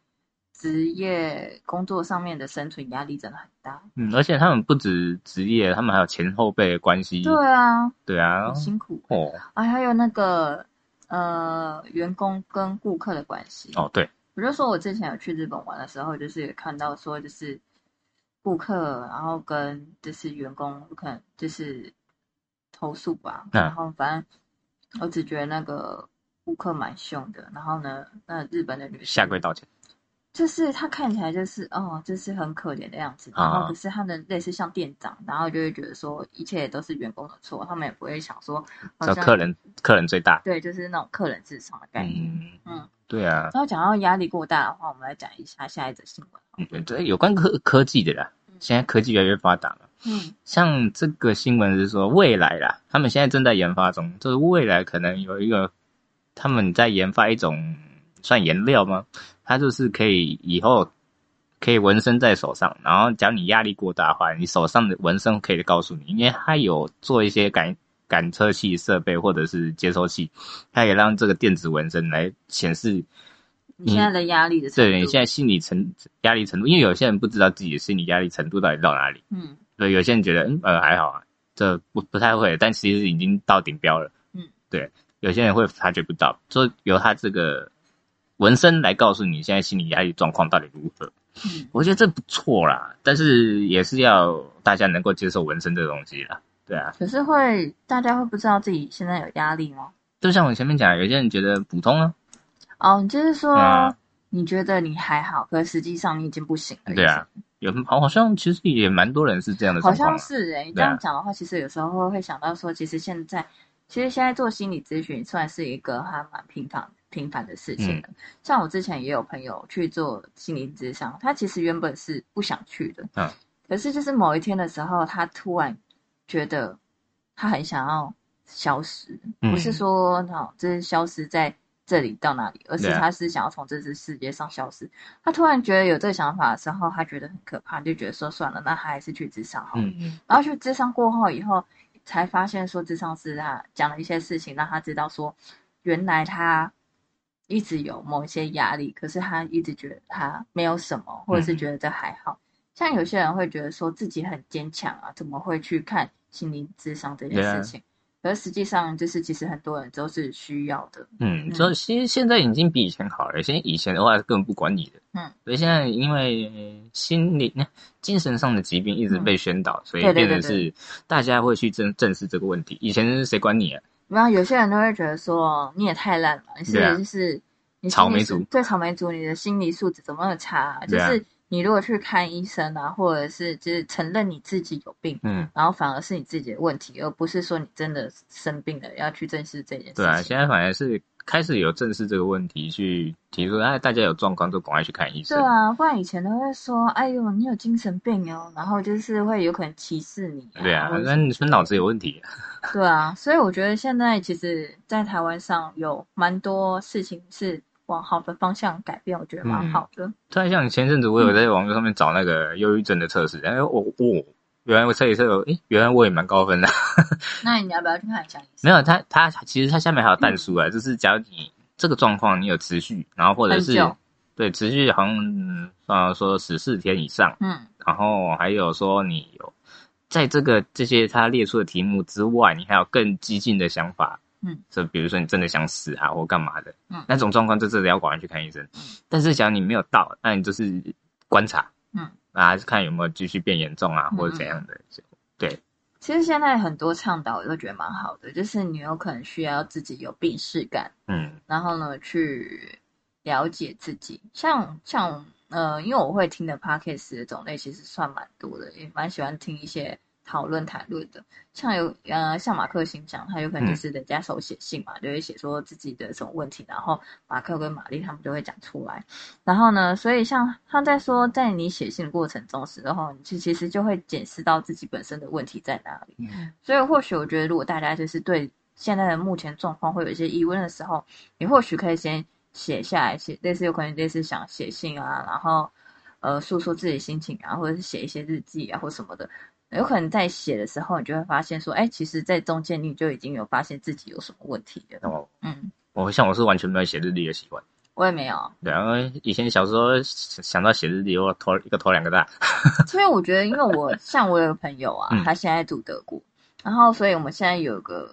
S2: 职业工作上面的生存压力真的很大，
S3: 嗯，而且他们不止职业，他们还有前后辈的关系。
S2: 对啊，
S3: 对啊
S2: 很，辛苦。
S3: 哦
S2: 啊，还有那个呃，员工跟顾客的关系。
S3: 哦对，
S2: 我就说我之前有去日本玩的时候，就是有看到说，就是顾客，然后跟就是员工可能就是投诉吧，
S3: 嗯
S2: 然后反正我只觉得那个顾客蛮凶的，然后呢，那日本的女
S3: 下跪
S2: 生
S3: 道歉。
S2: 就是她看起来就是哦，就是很可怜的样子，然
S3: 啊
S2: 后可是她的类似像店长，然后就会觉得说一切都是员工的错，他们也不会想说好
S3: 找
S2: 像
S3: 客人，客人最大。
S2: 对，就是那种客人至上的概念。
S3: 嗯
S2: 嗯，
S3: 对啊，
S2: 然后讲到压力过大的话，我们来讲一下下一则新闻。
S3: 嗯对，有关科科技的啦，现在科技越来越发达了。
S2: 嗯
S3: 像这个新闻是说未来啦，他们现在正在研发中，就是未来可能有一个，他们在研发一种算颜料吗？它就是可以以后可以纹身在手上，然后只要你压力过大的话，你手上的纹身可以告诉你，因为它有做一些感感测器设备或者是接收器，它也让这个电子纹身来显示
S2: 你现在的压力的程度，
S3: 嗯对，你现在心理程压力程度，因为有些人不知道自己的心理压力程度到底到哪里，
S2: 嗯
S3: 所以有些人觉得嗯呃还好啊，这不不太会，但其实已经到顶标了。
S2: 嗯，
S3: 对，有些人会察觉不到，就由他这个纹身来告诉你现在心理压力状况到底如何。
S2: 嗯，
S3: 我觉得这不错啦，但是也是要大家能够接受纹身这个东西啦。对啊，
S2: 可是会大家会不知道自己现在有压力吗？
S3: 就像我前面讲，有些人觉得普通啊，
S2: 哦，你就是说、
S3: 嗯
S2: 你觉得你还好，可是实际上你已经不行了。
S3: 对啊，有好像其实也蛮多人是这样的
S2: 好
S3: 状况
S2: 像
S3: 啊。
S2: 是哎、你这
S3: 对啊
S2: 样讲的话，其实有时候会想到说，其实现在，其实现在做心理咨询算是一个还蛮平常平凡的事情了。
S3: 嗯
S2: 像我之前也有朋友去做心理咨商，他其实原本是不想去的，
S3: 嗯，
S2: 可是就是某一天的时候，他突然觉得他很想要消失，
S3: 嗯
S2: 不是说好，就是消失在这里到哪里，而是
S3: 对啊
S2: 他是想要从这只世界上消失。他突然觉得有这个想法的时候，他觉得很可怕，就觉得说算了，那他还是去智商好了。
S3: 嗯嗯
S2: 然后去智商过后以后，才发现说智商是他讲了一些事情，让他知道说，原来他一直有某一些压力，可是他一直觉得他没有什么，或者是觉得这还好。像有些人会觉得说自己很坚强啊，怎么会去看心理智商这件事情？而实际上，就是其实很多人都是需要的，
S3: 嗯，就其实现在已经比以前好了。现在以前的话根本不管你的，
S2: 嗯，
S3: 所以现在因为心理、精神上的疾病一直被宣导，所以
S2: 对对
S3: 变
S2: 嗯对
S3: 成是大家会去正正视这个问题。以前谁管你啊？
S2: 然后有些人都会觉得说你也太烂了，你是
S3: 对啊
S2: 就是你
S3: 草
S2: 心理
S3: 莓
S2: 素
S3: 族
S2: 对草莓族，你的心理素质怎么那么差啊、就
S3: 对啊
S2: 是你如果去看医生啊，或者是就是承认你自己有病，
S3: 嗯，
S2: 然后反而是你自己的问题，而不是说你真的生病了要去正视这件事情。
S3: 对啊，现在反而是开始有正视这个问题，去提出哎，大家有状况就赶快去看医生。
S2: 对啊，不然以前都会说，哎呦，你有精神病哦，然后就是会有可能歧视你、啊。
S3: 对啊
S2: 或者，是
S3: 那你说脑子有问题，
S2: 啊对啊，所以我觉得现在其实，在台湾上有蛮多事情是往好的方向改变，我觉得蛮
S3: 嗯
S2: 好的。
S3: 突然像前阵子我有在网络上面找那个忧郁症的测试，然后我我原来我测一测，诶、原来我也蛮高分的。
S2: 那你要不要去看一下医生？
S3: 没有，它它其实它下面还有淡书啊，就是假如你这个状况你有持续，然后或者
S2: 很
S3: 是
S2: 久
S3: 对持续好像嗯呃说十四天以上，
S2: 嗯，
S3: 然后还有说你有在这个这些他列出的题目之外，你还有更激进的想法，
S2: 嗯，
S3: 就比如说你真的想死啊或干嘛的，
S2: 嗯
S3: 那种状况就真的要赶快去看医生。但是假如你没有到，那你就是观察，
S2: 嗯，
S3: 啊看有没有继续变严重啊
S2: 嗯
S3: 或者怎样的，就
S2: 其实现在很多倡导我都觉得蛮好的，就是你有可能需要自己有病视感，
S3: 嗯
S2: 然后呢去了解自己。像像呃，因为我会听的 podcast 的种类其实算蛮多的，也蛮喜欢听一些讨论谈论的。像有呃，像马克信箱，他有可能就是人家手写信嘛，就会写说自己的什么问题，然后马克跟玛丽他们就会讲出来。然后呢，所以像他在说，在你写信的过程中时候，你其其实就会检视到自己本身的问题在哪里。
S3: 嗯
S2: 所以或许我觉得，如果大家就是对现在的目前状况会有一些疑问的时候，你或许可以先写下来，写类似有可能类似想写信啊，然后呃诉说自己的心情啊，或者是写一些日记啊或什么的。有可能在写的时候，你就会发现说，哎，其实，在中间你就已经有发现自己有什么问题了。
S3: 那我
S2: 嗯，
S3: 我像我是完全没有写日历的习惯。
S2: 我也没有，
S3: 对啊，因为以前小时候想到写日历，我头一个头两个大。
S2: 所以我觉得，因为我像我有个朋友啊
S3: 嗯，
S2: 他现在住德国，然后所以我们现在有个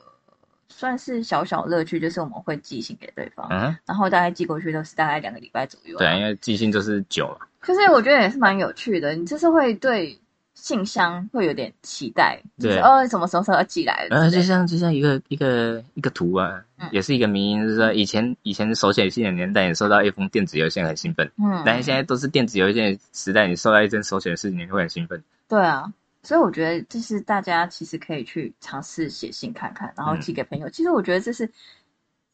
S2: 算是小小乐趣，就是我们会寄信给对方，
S3: 嗯，
S2: 然后大概寄过去都是大概两个礼拜左右啊。
S3: 对啊，因为寄信就是酒嘛。
S2: 就是我觉得也是蛮有趣的，你就是会对信箱会有点期待，就是
S3: 对
S2: 哦什么时候要寄来
S3: 然后
S2: 了之
S3: 就
S2: 类的，
S3: 像就像一个一个一个图啊
S2: 嗯，
S3: 也是一个迷因，就是说以前以前手写信的年代，你收到一封电子邮件很兴奋，
S2: 嗯，
S3: 但是现在都是电子邮件时代，你收到一张手写的事情，你会很兴奋。
S2: 对啊，所以我觉得就是大家其实可以去尝试写信看看，然后
S3: 嗯
S2: 寄给朋友。其实我觉得这是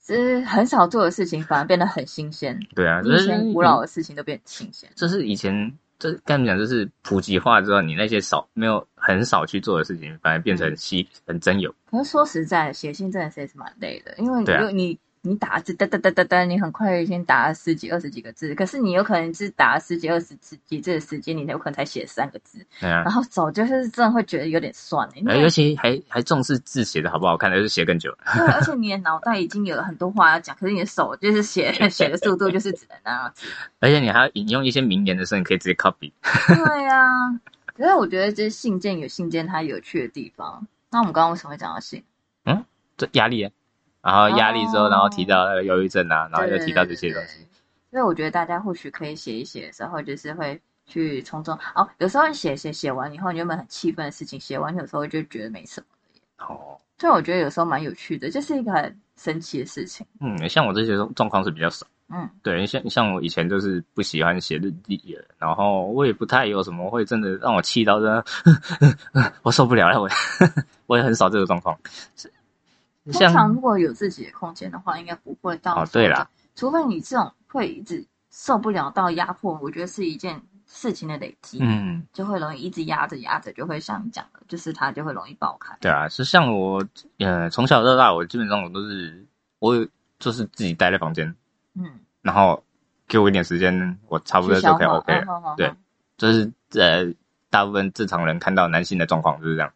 S2: 这是很少做的事情，反而变得很新鲜。
S3: 对啊，就
S2: 以
S3: 是
S2: 前古老的事情都变得新鲜。
S3: 这是以前这该怎么讲，就是普及化之后，你那些少没有很少去做的事情，反而变
S2: 嗯
S3: 成稀很真有。
S2: 可是说实在的，写信真的是也是蛮累的，因为
S3: 对啊
S2: 有你你打字哒哒哒哒哒，你很快先打了十几二十几个字，可是你有可能是打了十几二十几字的时间，你才有可能才写三个字，
S3: 对啊
S2: 然，后手就是真的会觉得有点酸、欸，因
S3: 而
S2: 为
S3: 尤其还还重视字写的好不好看，而是写更久了。
S2: 对，而且你的脑袋已经有了很多话要讲，可是你的手就是写 写的速度就是只能那样子。
S3: 而且你还要引用一些名言的时候，你可以直接 copy。
S2: 对呀、可是我觉得这信件有信件它有趣的地方。那我们刚刚为什么会讲到信？
S3: 这压力啊，然后压力之后，
S2: 哦
S3: 然后提到那个忧郁症啊，然后又提到这些东
S2: 对
S3: 西
S2: 对。对所以我觉得大家或许可以写一写的时候，就是会去从中哦，有时候你写写写完以后，你原本很气愤的事情，写完有时候就觉得没什么。
S3: 哦，
S2: 所以我觉得有时候蛮有趣的，这、是一个很神奇的事情。
S3: 嗯，像我这些状况是比较少。
S2: 嗯，
S3: 对，像像我以前就是不喜欢写日记的，然后我也不太有什么会真的让我气到真的， 我受不了了，我 我也很少这个状况。是
S2: 通常
S3: 像
S2: 如果有自己的空间的话，应该不会到
S3: 哦对啦，
S2: 除非你这种会一直受不了到压迫，我觉得是一件事情的累积，
S3: 嗯，
S2: 就会容易一直压着压着，就会像你讲的，就是它就会容易爆开。
S3: 对啊，是像我呃从小到大，我基本上我都是我有就是自己待在房间，
S2: 嗯，
S3: 然后给我一点时间，我差不多
S2: 去
S3: 就
S2: 消
S3: 可
S2: 化。
S3: 以 OK 了。
S2: 嗯哼
S3: 对，就是呃，大部分正常人看到男性的状况就是这样，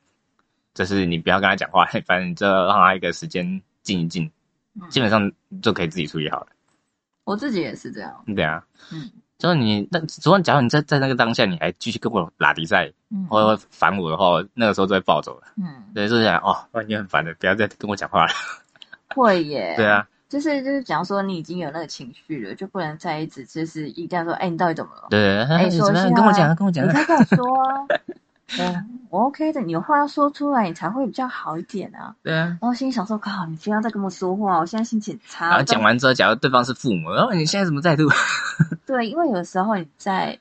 S3: 就是你不要跟他讲话， 反正你就让他一个时间静一静，
S2: 嗯
S3: 基本上就可以自己处理好了。
S2: 我自己也是这样。
S3: 对啊，
S2: 嗯
S3: 就是你那，只要假如你在在那个当下，你还继续跟我拉迪赛，
S2: 嗯
S3: 或者烦我的话，我那个时候就会暴走了。
S2: 嗯，
S3: 对，就是想哦，哇你很烦的，不要再跟我讲话了。
S2: 会耶。
S3: 对啊，
S2: 就是就是，假如说你已经有那个情绪了，就不能再一直就是一定要说，哎，你到底怎么 了？
S3: 对对，
S2: 哎
S3: 哎，
S2: 说
S3: 怎么
S2: 一
S3: 样？
S2: 下
S3: 跟我讲啊，跟我讲
S2: 你
S3: 啊。
S2: 可以跟我说 啊，嗯，我 OK 的，你有话要说出来，你才会比较好一点啊。
S3: 对啊。
S2: 然后心里想说，靠，你不要再跟我说话，我现在心情很差。
S3: 然后
S2: 我
S3: 讲完之后，假如对方是父母，然后你现在什么态度？
S2: 对，因为有时候你在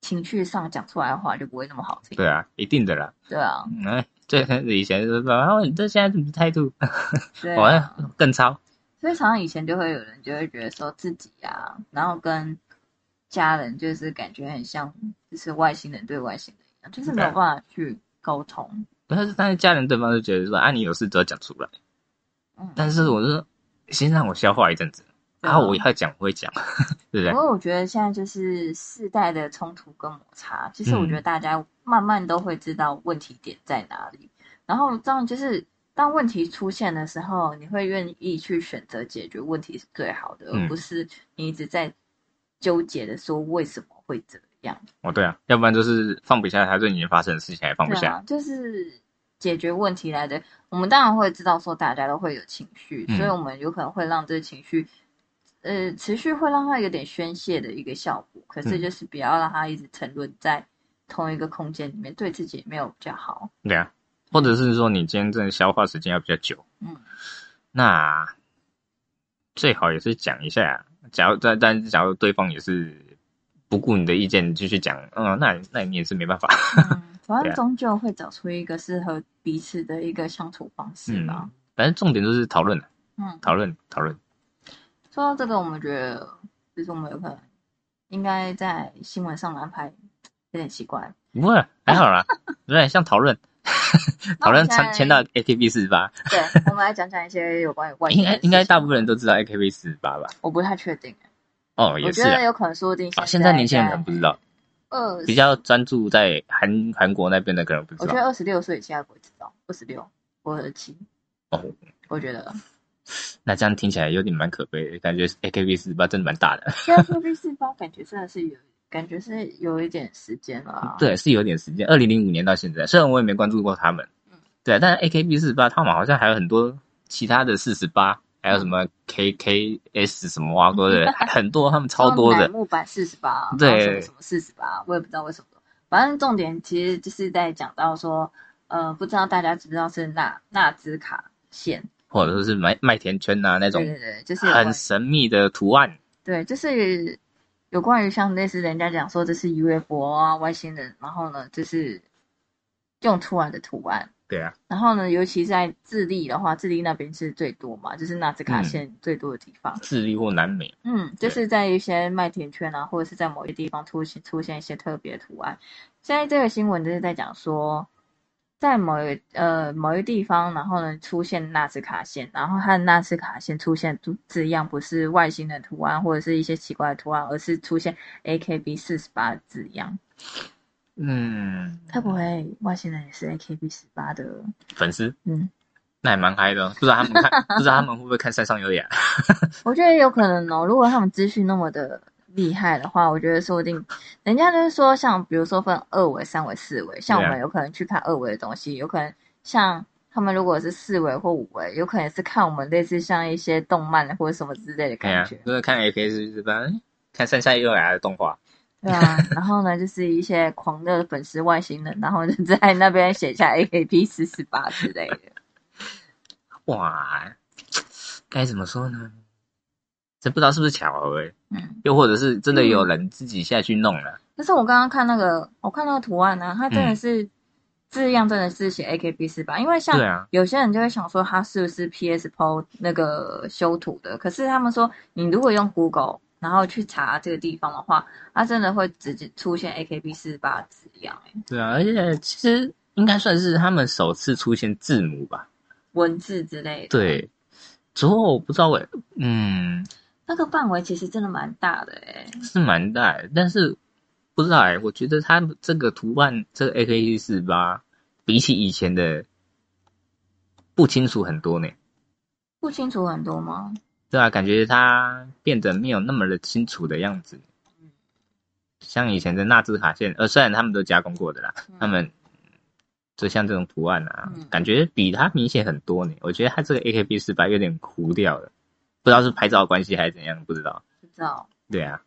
S2: 情绪上讲出来的话就不会那么好听。
S3: 对啊，一定的啦。
S2: 对啊，
S3: 嗯，哎最开始以前就是说，然后你这现在什么态度？
S2: 对
S3: 我
S2: 啊。
S3: 要更超，
S2: 所以常常以前就会有人就会觉得说自己啊，然后跟家人就是感觉很像，就是外星人对外星人一样，就是没有
S3: 对
S2: 办法去沟通。
S3: 但是但是家人对方就觉得说啊，你有事只要讲出来。
S2: 嗯，
S3: 但是我就说，先让我消化一阵子，
S2: 对
S3: 啊，我要讲我会讲， 对不对
S2: 不？过我觉得现在就是世代的冲突跟摩擦，其实我
S3: 嗯
S2: 觉得大家慢慢都会知道问题点在哪里，然后这样就是当问题出现的时候，你会愿意去选择解决问题是最好的，
S3: 嗯
S2: 而不是你一直在纠结的说为什么会这样，
S3: 哦，对啊，要不然就是放不下他对你发生的事情，还放不
S2: 对
S3: 下。
S2: 啊，就是解决问题来的。我们当然会知道说大家都会有情绪，
S3: 嗯
S2: 所以我们有可能会让这情绪，呃，持续会让它有点宣泄的一个效果。可是
S3: 嗯
S2: 就是不要让它一直沉沦在同一个空间里面，对自己也没有比较 好。
S3: 对啊，或者是说你今天真的消化时间要比较久，
S2: 嗯，
S3: 那最好也是讲一下。假如但但是假如对方也是不顾你的意见，你继续讲，嗯，那那你也是没办法。
S2: 嗯，反
S3: 对
S2: 正
S3: 啊
S2: 终究会找出一个适合彼此的一个相处方式吧
S3: 嗯。，反正重点就是讨论，啊
S2: 嗯，
S3: 讨论，讨论。
S2: 说到这个，我们觉得就是我们有可能应该在新闻上的安排有点奇怪。
S3: 不会，还好 啦，对，像讨论，讨论签签到 AKB 四十八，
S2: 对，我们来讲讲一些有关于外
S3: 应
S2: 形的
S3: 该
S2: 事情
S3: 应该大部分人都知道 AKB 四十八吧？
S2: 我不太确定，
S3: 哦，
S2: 我
S3: 也是
S2: 觉得
S3: 啊。
S2: 有可能说不定
S3: 啊，
S2: 现
S3: 现在年轻人可能
S2: 在
S3: 不知道，
S2: 二十
S3: 比较专注在韩韩国那边的可能不
S2: 我
S3: 知
S2: 觉
S3: 道。
S2: 得二十六岁以下不会知道，二十六或者七，
S3: 哦，
S2: 我觉得
S3: 那这样听起来有点蛮可悲的，感觉 AKB 四十八真的蛮大的。
S2: 现在说第四八感觉真的是有，感觉是有一点时间了、啊。，
S3: 嗯对，是有点时间，二零零五年到现在，虽然我也没关注过他们
S2: 嗯，
S3: 对，但是 AKB 四十八他们好像还有很多其他的四十八，还有什么 KKS 什么哇，啊 多的很多，他们超多
S2: 乃
S3: 的。
S2: 木坂四十八，
S3: 对
S2: 然后什么什么四十八，我也不知道为什么。反正重点其实就是在讲到说，呃，不知道大家知不知道是纳纳兹卡线，
S3: 或者是麦麦田圈啊那种
S2: 对对对，就是有关
S3: 很神秘的图案，
S2: 对，就是有关于像类似人家讲说这是 UFO 啊外星人，然后呢就是用出来的图案，
S3: 对啊，
S2: 然后呢，尤其在智利的话，智利那边是最多嘛，就是纳斯卡
S3: 嗯
S2: 线最多的地方。
S3: 智利或南美，
S2: 嗯，就
S3: 对
S2: 是在一些麦田圈啊，或者是在某一地方出现出现一些特别图案。现在这个新闻就是在讲说，在某一呃某一地方，然后呢出现纳斯卡线，然后和纳斯卡线出现字字样不是外星的图案或者是一些奇怪的图案，而是出现 AKB 四十八的字样。
S3: 嗯，
S2: 会不会外星人也是 AKB 四八的？
S3: 粉丝
S2: 嗯，
S3: 那也蛮嗨的哦，不知道他 们看，不知道他们会不会看山上优雅，
S2: 我觉得有可能哦。如果他们资讯那么的厉害的话，我觉得说不定人家就是说，像比如说分二维、三维、四维，像我
S3: 对啊
S2: 们有可能去看二维的东西，有可能像他们如果是四维或五维，有可能是看我们类似像一些动漫或者什么之类的
S3: 对啊
S2: 感觉，，
S3: 就是看 AK 是日本，看山下优雅的动画，
S2: 对啊。然后呢，就是一些狂热粉丝外星人，然后就在那边写下 AKB 四十八之类的。
S3: 哇，该怎么说呢？这不知道是不是巧合诶、
S2: 嗯，
S3: 又或者是真的有人自己下去弄了，
S2: 但是我刚刚看那个，我看那个图案呢、啊它真的
S3: 嗯
S2: 是、字样真的是写 AKB 四八，因为像
S3: 对啊，
S2: 有些人就会想说，它是不是 PS PO 那个修图的？可是他们说，你如果用 Google 然后去查这个地方的话，它真的会直接出现 AKB 四八字样、欸，
S3: 对啊，而且其实应该算是他们首次出现字母吧，
S2: 文字之类的。，
S3: 对，之后我不知道我，嗯，
S2: 那个范围其实真的蛮大的哎、
S3: 是蛮大的，但是不知道哎、我觉得它这个图案，这个 AK 四八，比起以前的不清楚很多呢。
S2: 不清楚很多吗？
S3: 对啊，感觉它变得没有那么的清楚的样子
S2: 嗯。
S3: 像以前的纳兹卡线，呃，虽然他们都加工过的啦，
S2: 嗯
S3: 他们就像这种图案啊
S2: 嗯，
S3: 感觉比它明显很多呢。我觉得它这个 AKB 四八有点糊掉了，不知道是拍照的关系还是怎样，不知道。
S2: 不知道。
S3: 对啊，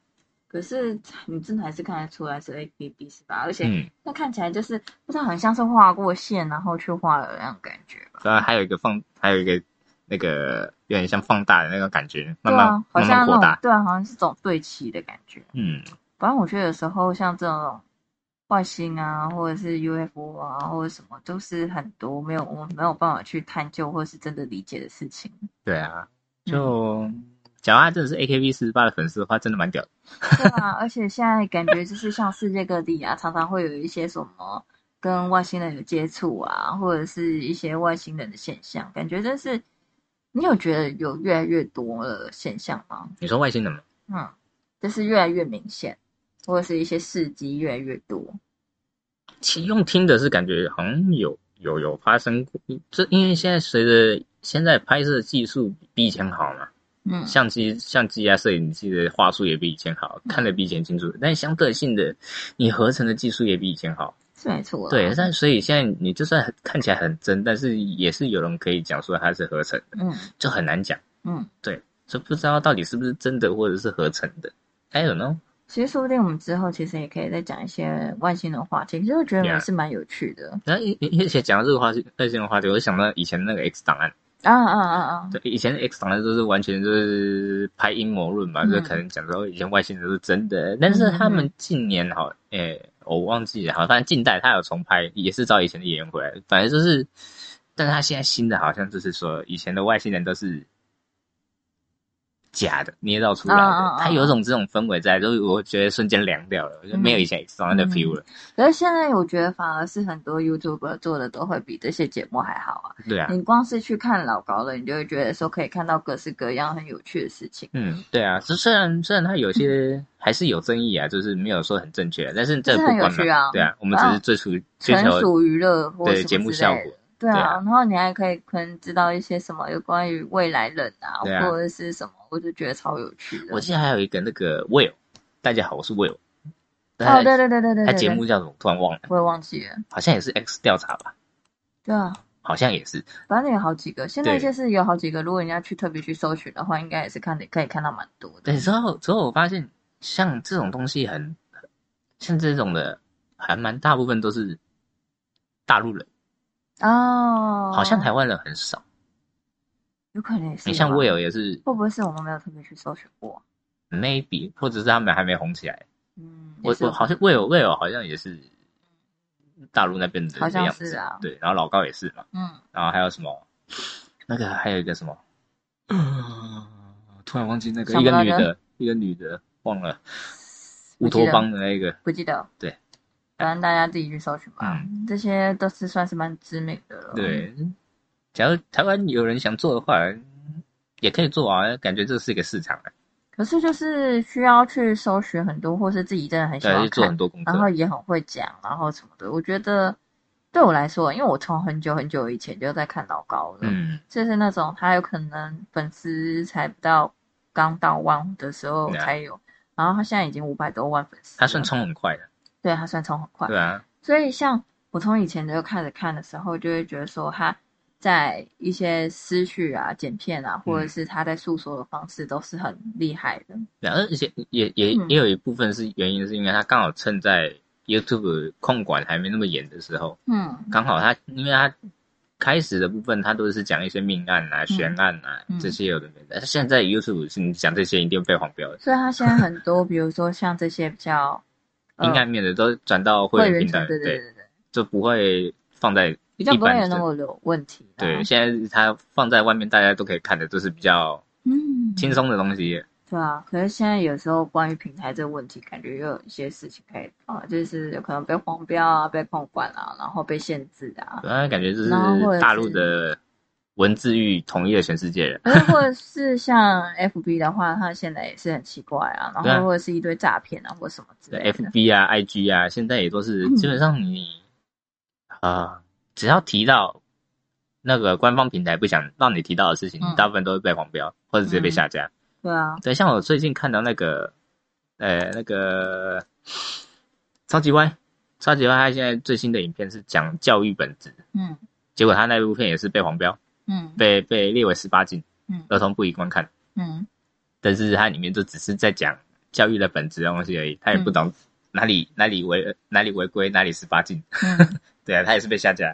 S2: 可是你真的还是看得出来是 AKB 四八，而且
S3: 嗯，
S2: 那看起来就是不知道，很像是画过线然后去画的那种感觉吧。
S3: 然后还有一个放，还有一个那个有点像放大的那种感觉，慢
S2: 对啊，
S3: 慢、
S2: 好
S3: 慢慢
S2: 像
S3: 扩
S2: 那种
S3: 大。
S2: 对啊，好像是种对齐的感觉。
S3: 嗯，
S2: 反正我觉得有时候像这种外星啊，或者是 UFO 啊，或者什么，都是很多没有我们没有办法去探究或是真的理解的事情。
S3: 对啊，
S2: 嗯
S3: 就、假如他真的是 AKB 四十八的粉丝的话，真的蛮屌的。
S2: 对啊，而且现在感觉就是像世界各地啊，常常会有一些什么跟外星人有接触啊，或者是一些外星人的现象，感觉真是你有觉得有越来越多的现象吗？
S3: 你说外星人吗？
S2: 嗯，就是越来越明显，或者是一些事迹越来越多。
S3: 其用听的是感觉好像有有有发生过，这因为现在随着现在拍摄技术比以前好嘛，
S2: 嗯，
S3: 相机相机啊摄影机的画术也比以前好，看得比以前清楚，但相对性的你合成的技术也比以前好。
S2: 是没错啦。
S3: 对，但所以现在你就算很看起来很真，但是也是有人可以讲说它是合成，
S2: 嗯
S3: 就很难讲，
S2: 嗯，
S3: 就不知道到底是不是真的或者是合成的。I don't know。
S2: 其实说不定我们之后其实也可以再讲一些外星人话题，其实我觉得
S3: Yeah
S2: 还是蛮有趣的。
S3: 然后一一而且讲到这个话题，外星人话题，我就想到以前那个 X 档案。
S2: 啊啊啊啊！
S3: 对，以前 X 档案都是完全就是拍阴谋论嘛，
S2: 嗯
S3: 就是可能讲说以前外星人是真的，但是他们近年好，诶、我忘记了，好，反正近代他有重拍，也是照以前的演员回来，反正就是，但是他现在新的好像就是说以前的外星人都是假的，捏造出来的，
S2: 啊啊啊
S3: 他有一种这种氛围在，就是我觉得瞬间凉掉了，就没有以前 X 档案的
S2: 嗯
S3: feel 了，
S2: 可是现在我觉得反而是很多 YouTuber 做的都会比这些节目还好啊。
S3: 对啊。
S2: 你光是去看老高的，你就会觉得说可以看到各式各样很有趣的事情，
S3: 嗯，对啊，虽虽然虽然它有些还是有争议啊，就是没有说很正确，啊但是这
S2: 这
S3: 不
S2: 嗯很有
S3: 管
S2: 趣
S3: 嘛，
S2: 啊
S3: 对啊，我们只是追求追
S2: 纯
S3: 求
S2: 属娱乐或
S3: 对
S2: 什么
S3: 节目
S2: 之类
S3: 效
S2: 的
S3: 果，
S2: 对啊，
S3: 对啊
S2: 然后你还可以可能知道一些什么有关于未来人啊，
S3: 对啊
S2: 或者是什么，我就觉得超有趣的。
S3: 我记得还有一个那个 Will，大家好，我是 Will，
S2: 哦，
S3: 他
S2: 对对对对对
S3: 他
S2: 对，
S3: 节
S2: 对
S3: 目叫什么？突然忘了，
S2: 我也忘记了。
S3: 好像也是 X 调查吧，
S2: 对啊，
S3: 好像也是，
S2: 反正有好几个，现在
S3: 对
S2: 就是有好几个，如果人家去特别去搜寻的话，应该也是看的可以看到蛮多的。
S3: 对，之后之后我发现，像这种东西很，像这种的，还蛮大部分都是大陆人，
S2: 哦，
S3: 好像台湾人很少。
S2: 有可能也是。
S3: 你像 Will 也是
S2: 会不会是我们没有特别去搜寻过？
S3: maybe，或者是他们还没红起来。
S2: 嗯，也
S3: 我
S2: 是
S3: 我好像魏友魏友好像也是大陆那边的
S2: 好像
S3: 样子
S2: 是啊
S3: 对，然后老高也是嘛，
S2: 嗯，
S3: 然后还有什么那个还有一个什么，嗯突然忘记那个
S2: 想
S3: 一
S2: 不
S3: 个
S2: 到
S3: 女
S2: 人
S3: 的，一个女的忘了
S2: 不
S3: 乌
S2: 记
S3: 托
S2: 得
S3: 邦的那个，
S2: 不记得。
S3: 对，嗯
S2: 反正大家自己去搜寻吧。这些都是算是蛮知名的了。，
S3: 对，假如台湾有人想做的话，也可以做啊，感觉这是一个市场、啊，
S2: 可是就是需要去搜寻很多，或是自己真的很喜
S3: 对，
S2: 欢
S3: 就做很
S2: 看，
S3: 多功课
S2: 然，后也很会讲，然后什么的。我觉得对我来说，因为我从很久很久以前就在看老高了，
S3: 嗯，
S2: 就是那种他有可能粉丝才不到刚到万的时候
S3: 对啊
S2: 才有，然后他现在已经五百多万粉丝了，
S3: 他算冲很快的，
S2: 对他算冲很快，
S3: 对啊，
S2: 所以像我从以前就开始看的时候，就会觉得说他在一些思绪啊、剪片啊，或
S3: 嗯
S2: 者是他在诉说的方式都是很厉害的，
S3: 对啊而且也也
S2: 嗯
S3: 也有一部分是原因，是因为他刚好趁在 YouTube 控管还没那么严的时候，
S2: 嗯
S3: 刚好他因为他开始的部分他都是讲一些命案啊、悬案啊、
S2: 嗯
S3: 这些有的没的，现在 YouTube 是你讲这些一定被黄标的，
S2: 所以他现在很多，比如说像这些比较
S3: 阴
S2: 呃
S3: 暗面的都转到会
S2: 会
S3: 员
S2: 员
S3: 平
S2: 层
S3: 台，
S2: 对对对对，
S3: 就不会放在
S2: 比较
S3: 一
S2: 不会
S3: 般
S2: 有那
S3: 的
S2: 么啊有问题啦，
S3: 对，现在它放在外面大家都可以看的，都是比较
S2: 嗯，
S3: 轻松的东西。
S2: 对啊，可是现在有时候关于平台这个问题，感觉又有一些事情可以啊，就是有可能被黄标啊、被控管啊，然后被限制啊，
S3: 我感觉就是
S2: 然后或者是
S3: 大陆的文字狱统一了全世界了。
S2: 可是或者是像 FB 的话，它现在也是很奇怪啊，
S3: 对
S2: 然
S3: 啊
S2: 后或者是一堆诈骗啊，或什么之
S3: 对
S2: 类的。
S3: FB 啊、IG 啊，现在也都是
S2: 嗯
S3: 基本上你啊、呃只要提到那个官方平台不想让你提到的事情，
S2: 嗯
S3: 大部分都会被黄标或者直接被下架。
S2: 对啊，
S3: 对，像我最近看到那个，呃，那个超级歪，超级歪，他现在最新的影片是讲教育本质，
S2: 嗯
S3: 结果他那部片也是被黄标，
S2: 嗯
S3: 被被列为十八禁，
S2: 嗯
S3: 儿童不宜观看。
S2: 嗯
S3: 但是它里面就只是在讲教育的本质的东西而已，他
S2: 嗯
S3: 也不懂哪里、哪里违哪里违规，哪里十八禁。
S2: 嗯，
S3: 对啊，他也是被下架。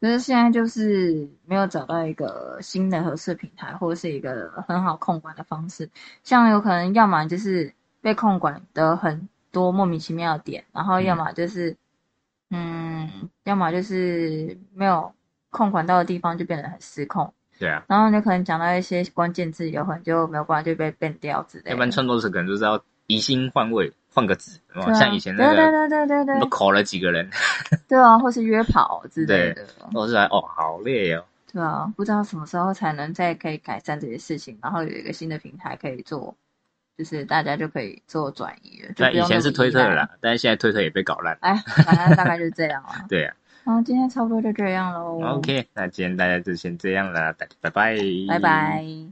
S2: 可是现在就是没有找到一个新的合适平台，或者是一个很好控管的方式。像有可能，要么就是被控管的很多莫名其妙的点，然后要么就是，嗯，要么就是没有控管到的地方就变得很失控。
S3: 对啊，
S2: 然后你可能讲到一些关键字，有可能就没有办法就被变掉之类的。
S3: 要不然创作者可能就是要移心换位，换个字，有没有
S2: 对啊
S3: 像以前那
S2: 对
S3: 个
S2: 对啊对对对
S3: 都
S2: 对
S3: 口了几个人，
S2: 对啊，或是约跑之类的。
S3: 我是来哦，好累哦，
S2: 对啊，不知道什么时候才能再可以改善这些事情，然后有一个新的平台可以做，就是大家就可以做转移了。就
S3: 但
S2: 不
S3: 啊以
S2: 用那
S3: 前
S2: 么
S3: 是推
S2: 依
S3: 特
S2: 赖。
S3: 啦，但是现在推特也被搞烂。。
S2: 哎，反正大概就这样了
S3: 对啊、
S2: 然后今天差不多就这样喽。哦
S3: o k 那今天大家就先这样啦，大家拜拜，
S2: 拜。拜。